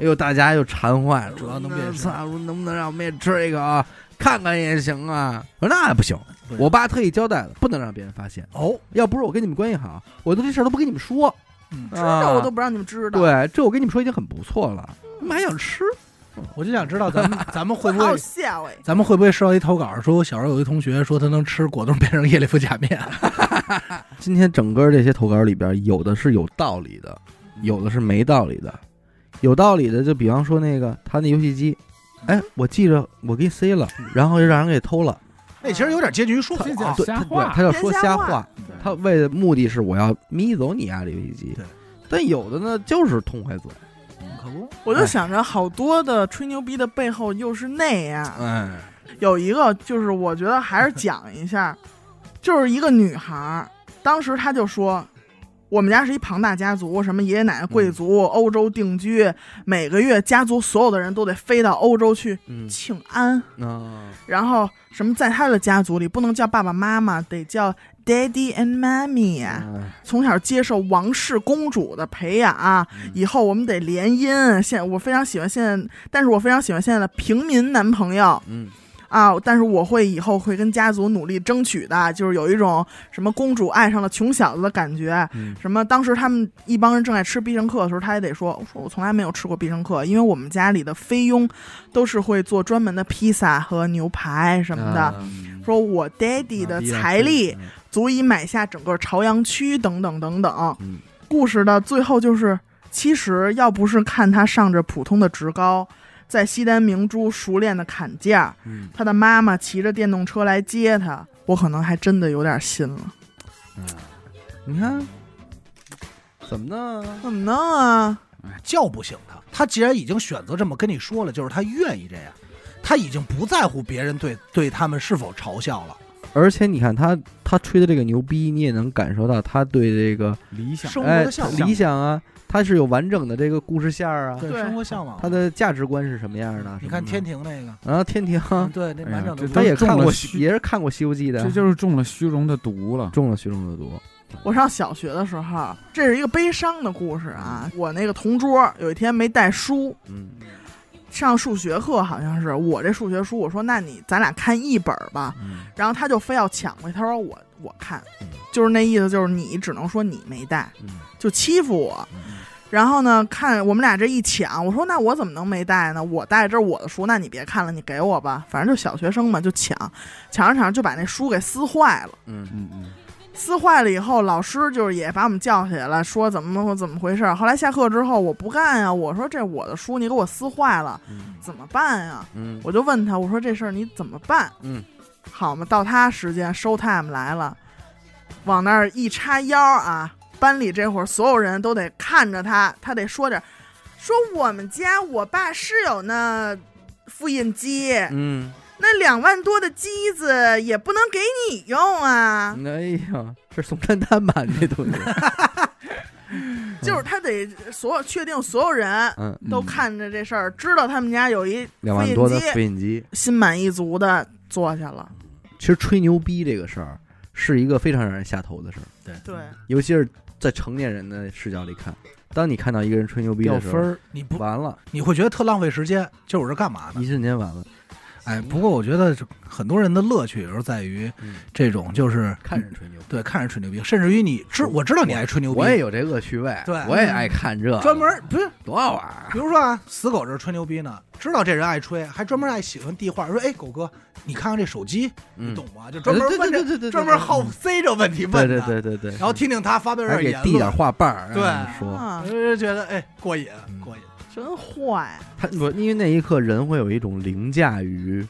Speaker 1: 哎呦，大家又馋坏了，
Speaker 2: 主要能变身
Speaker 1: 说那操，能不能让我们也吃一个啊？看看也行啊。我说那不行，
Speaker 2: 不行
Speaker 1: 我爸特意交代了，不能让别人发现。
Speaker 2: 哦，
Speaker 1: 要不是我跟你们关系好，我都这事儿都不跟你们说。
Speaker 2: 嗯
Speaker 1: 知
Speaker 3: 知道我都不让你们知道，嗯
Speaker 1: 对，这我跟你们说已经很不错了，你们还想吃？
Speaker 2: 我就想知道 咱们咱们会不哎
Speaker 3: 好哎
Speaker 2: 会。
Speaker 3: 吓我一跳。
Speaker 2: 咱们会不会收到一投稿，说我小时候有一同学说他能吃果冻变成夜里夫假面？
Speaker 1: 今天整个这些投稿里边，有的是有道理的，有的是没道理的。有道理的，就比方说那个他那游戏机，哎，我记着我给塞了，然后又让人给偷了。
Speaker 2: 那其实有点接近于说
Speaker 1: 他
Speaker 2: 谎
Speaker 1: 对，
Speaker 4: 叫
Speaker 1: 对，
Speaker 4: 瞎
Speaker 1: 他
Speaker 4: 话
Speaker 1: 叫说瞎
Speaker 3: 编瞎
Speaker 1: 话
Speaker 3: 话，
Speaker 2: 嗯
Speaker 1: 他为的目的是我要眯走你啊，这游戏机
Speaker 2: 对。
Speaker 1: 但有的呢，就是痛快嘴，
Speaker 2: 可哎不，
Speaker 3: 我就想着好多的吹牛逼的背后又是那
Speaker 2: 嗯
Speaker 3: 样，
Speaker 1: 哎，
Speaker 3: 有一个就是我觉得还是讲一下，就是一个女孩儿，当时她就说。我们家是一庞大家族，什么爷爷奶奶贵族，
Speaker 2: 嗯
Speaker 3: 欧洲定居，每个月家族所有的人都得飞到欧洲去
Speaker 1: 嗯，
Speaker 3: 庆安，
Speaker 1: 啊，
Speaker 3: 然后什么在她的家族里不能叫爸爸妈妈，得叫 daddy and mommy 呀、
Speaker 1: 哎
Speaker 3: 从小接受王室公主的培养、啊以后我们得联姻。现我非常喜欢现在，但是我非常喜欢现在的平民男朋友
Speaker 1: 嗯，
Speaker 3: 啊，但是我会以后会跟家族努力争取的，就是有一种什么公主爱上了穷小子的感觉。
Speaker 1: 嗯
Speaker 3: 什么？当时他们一帮人正在吃必胜客的时候，他也得说：“我说我从来没有吃过必胜客，因为我们家里的菲佣都是会做专门的披萨和牛排什么的。
Speaker 1: 啊
Speaker 3: 说我 daddy 的财力，
Speaker 1: 嗯
Speaker 3: 足以买下整个朝阳区等等等等。
Speaker 1: 嗯
Speaker 3: 故事的最后就是其实要不是看他上着普通的职高，在西单明珠熟练的砍价，
Speaker 1: 嗯，
Speaker 3: 他的妈妈骑着电动车来接他，我可能还真的有点信了。
Speaker 1: 你看怎么弄啊？
Speaker 3: 怎么弄啊？
Speaker 2: 哎叫不醒他。他既然已经选择这么跟你说了，就是他愿意这样，他已经不在乎别人对对他们是否嘲笑了。
Speaker 1: 而且你看他他吹的这个牛逼，你也能感受到他对这个
Speaker 4: 理想
Speaker 2: 生活
Speaker 1: 哎
Speaker 2: 的向往，
Speaker 1: 理想啊，他是有完整的这个故事线儿啊，
Speaker 2: 对
Speaker 3: 对
Speaker 2: 生活向往。
Speaker 1: 他的价值观是什么样的？
Speaker 2: 你看天
Speaker 1: 什么
Speaker 2: 庭那个，
Speaker 1: 的啊，天庭，
Speaker 2: 嗯对，那
Speaker 4: 哎呀
Speaker 2: 完整的故
Speaker 4: 这
Speaker 2: 事
Speaker 1: 他也
Speaker 4: 中
Speaker 1: 看
Speaker 4: 了
Speaker 1: 过，
Speaker 4: 虚
Speaker 1: 也是看过《西游记》的，
Speaker 4: 这就是中了虚荣的毒了。
Speaker 1: 中了徐荣的毒。
Speaker 3: 我上小学的时候，这是一个悲伤的故事啊。我那个同桌有一天没带书，
Speaker 1: 嗯
Speaker 3: 上数学课好像是我这数学书，我说那你咱俩看一本儿吧，
Speaker 1: 嗯
Speaker 3: 然后他就非要抢回，他说我我看
Speaker 1: 嗯，
Speaker 3: 就是那意思，就是你只能说你没带，
Speaker 1: 嗯
Speaker 3: 就欺负我。
Speaker 1: 嗯
Speaker 3: 然后呢，看我们俩这一抢，我说那我怎么能没带呢？我带这是我的书，那你别看了，你给我吧。反正就小学生嘛，就抢，抢着抢着就把那书给撕坏了。
Speaker 1: 嗯
Speaker 4: 嗯嗯，
Speaker 3: 撕坏了以后，老师就是也把我们叫起来了，说怎么怎么回事儿。后来下课之后，我不干呀，我说这我的书你给我撕坏了，
Speaker 1: 嗯
Speaker 3: 怎么办呀？
Speaker 1: 嗯
Speaker 3: 我就问他，我说这事儿你怎么办？
Speaker 1: 嗯，
Speaker 3: 好嘛，到他时间 show time 来了，往那儿一叉腰啊，班里这会儿所有人都得看着他，他得说点儿，说我们家我爸是有那复印机，
Speaker 1: 嗯，
Speaker 3: 那两万多的机子也不能给你用啊，
Speaker 1: 哎呀，这是宋丹丹吧？这东西，
Speaker 3: 就是他得所有确定所有人
Speaker 1: 嗯，
Speaker 3: 都看着这事儿，知道他们家有一
Speaker 1: 两万多的
Speaker 3: 复印机
Speaker 1: 复印机。
Speaker 3: 心满意足的坐下了，
Speaker 1: 其实吹牛逼这个事儿是一个非常让人下头的事儿，
Speaker 2: 对
Speaker 3: 对，
Speaker 1: 尤其是在成年人的视角里看。当你看到一个人吹牛逼
Speaker 4: 掉
Speaker 1: 的时
Speaker 4: 分
Speaker 1: 候，
Speaker 4: 儿，
Speaker 2: 你不
Speaker 1: 完了，
Speaker 2: 你会觉得特浪费时间，这我是干嘛呢
Speaker 1: 一？瞬间完了。
Speaker 2: 哎，不过我觉得很多人的乐趣有时候在于
Speaker 1: 嗯，
Speaker 2: 这种就是
Speaker 1: 看人吹牛，
Speaker 2: 对看着吹牛逼，甚至于你知我知道你爱吹牛逼，
Speaker 1: 我也有这恶趣味，
Speaker 2: 对嗯
Speaker 1: 我也爱看这，
Speaker 2: 专门不是，
Speaker 1: 多好玩儿。
Speaker 2: 比如说啊，死狗这吹牛逼呢，知道这人爱吹，还专门爱喜欢递话，说哎狗哥，你看看这手机，
Speaker 1: 嗯，
Speaker 2: 你懂吗？就专门
Speaker 1: 对
Speaker 2: 问
Speaker 1: 对
Speaker 2: 这
Speaker 1: 对对对，
Speaker 2: 专门好 C 这问题
Speaker 1: 对
Speaker 2: 问
Speaker 1: 对
Speaker 2: 的，
Speaker 1: 对对对，
Speaker 2: 然后听听他发表
Speaker 1: 还
Speaker 2: 点
Speaker 1: 给
Speaker 2: 言
Speaker 1: 递点
Speaker 2: 论，
Speaker 1: 话瓣儿，
Speaker 2: 对
Speaker 1: 让人说。
Speaker 3: 啊
Speaker 2: 我，就觉得哎过瘾
Speaker 1: 嗯
Speaker 2: 过瘾，
Speaker 3: 真坏，
Speaker 1: 他我因为那一刻人会有一种凌驾于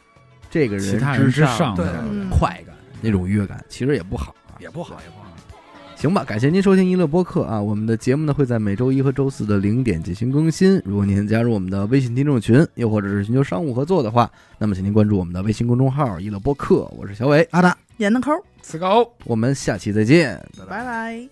Speaker 1: 这个
Speaker 4: 其
Speaker 1: 人
Speaker 4: 他人之
Speaker 1: 上
Speaker 4: 上
Speaker 2: 对
Speaker 1: 的
Speaker 3: 嗯
Speaker 1: 快感，那种乐感，其实也不好啊。
Speaker 2: 也不好也不好。
Speaker 1: 行吧，感谢您收听娱乐播客啊！我们的节目呢会在每周一和周四的零点进行更新。如果您加入我们的微信听众群，又或者是寻求商务合作的话，那么请您关注我们的微信公众号“娱乐播客”，我是小伟，
Speaker 2: 阿达。
Speaker 3: 严的抠，
Speaker 4: 此高。
Speaker 1: 我们下期再见。
Speaker 3: 拜拜。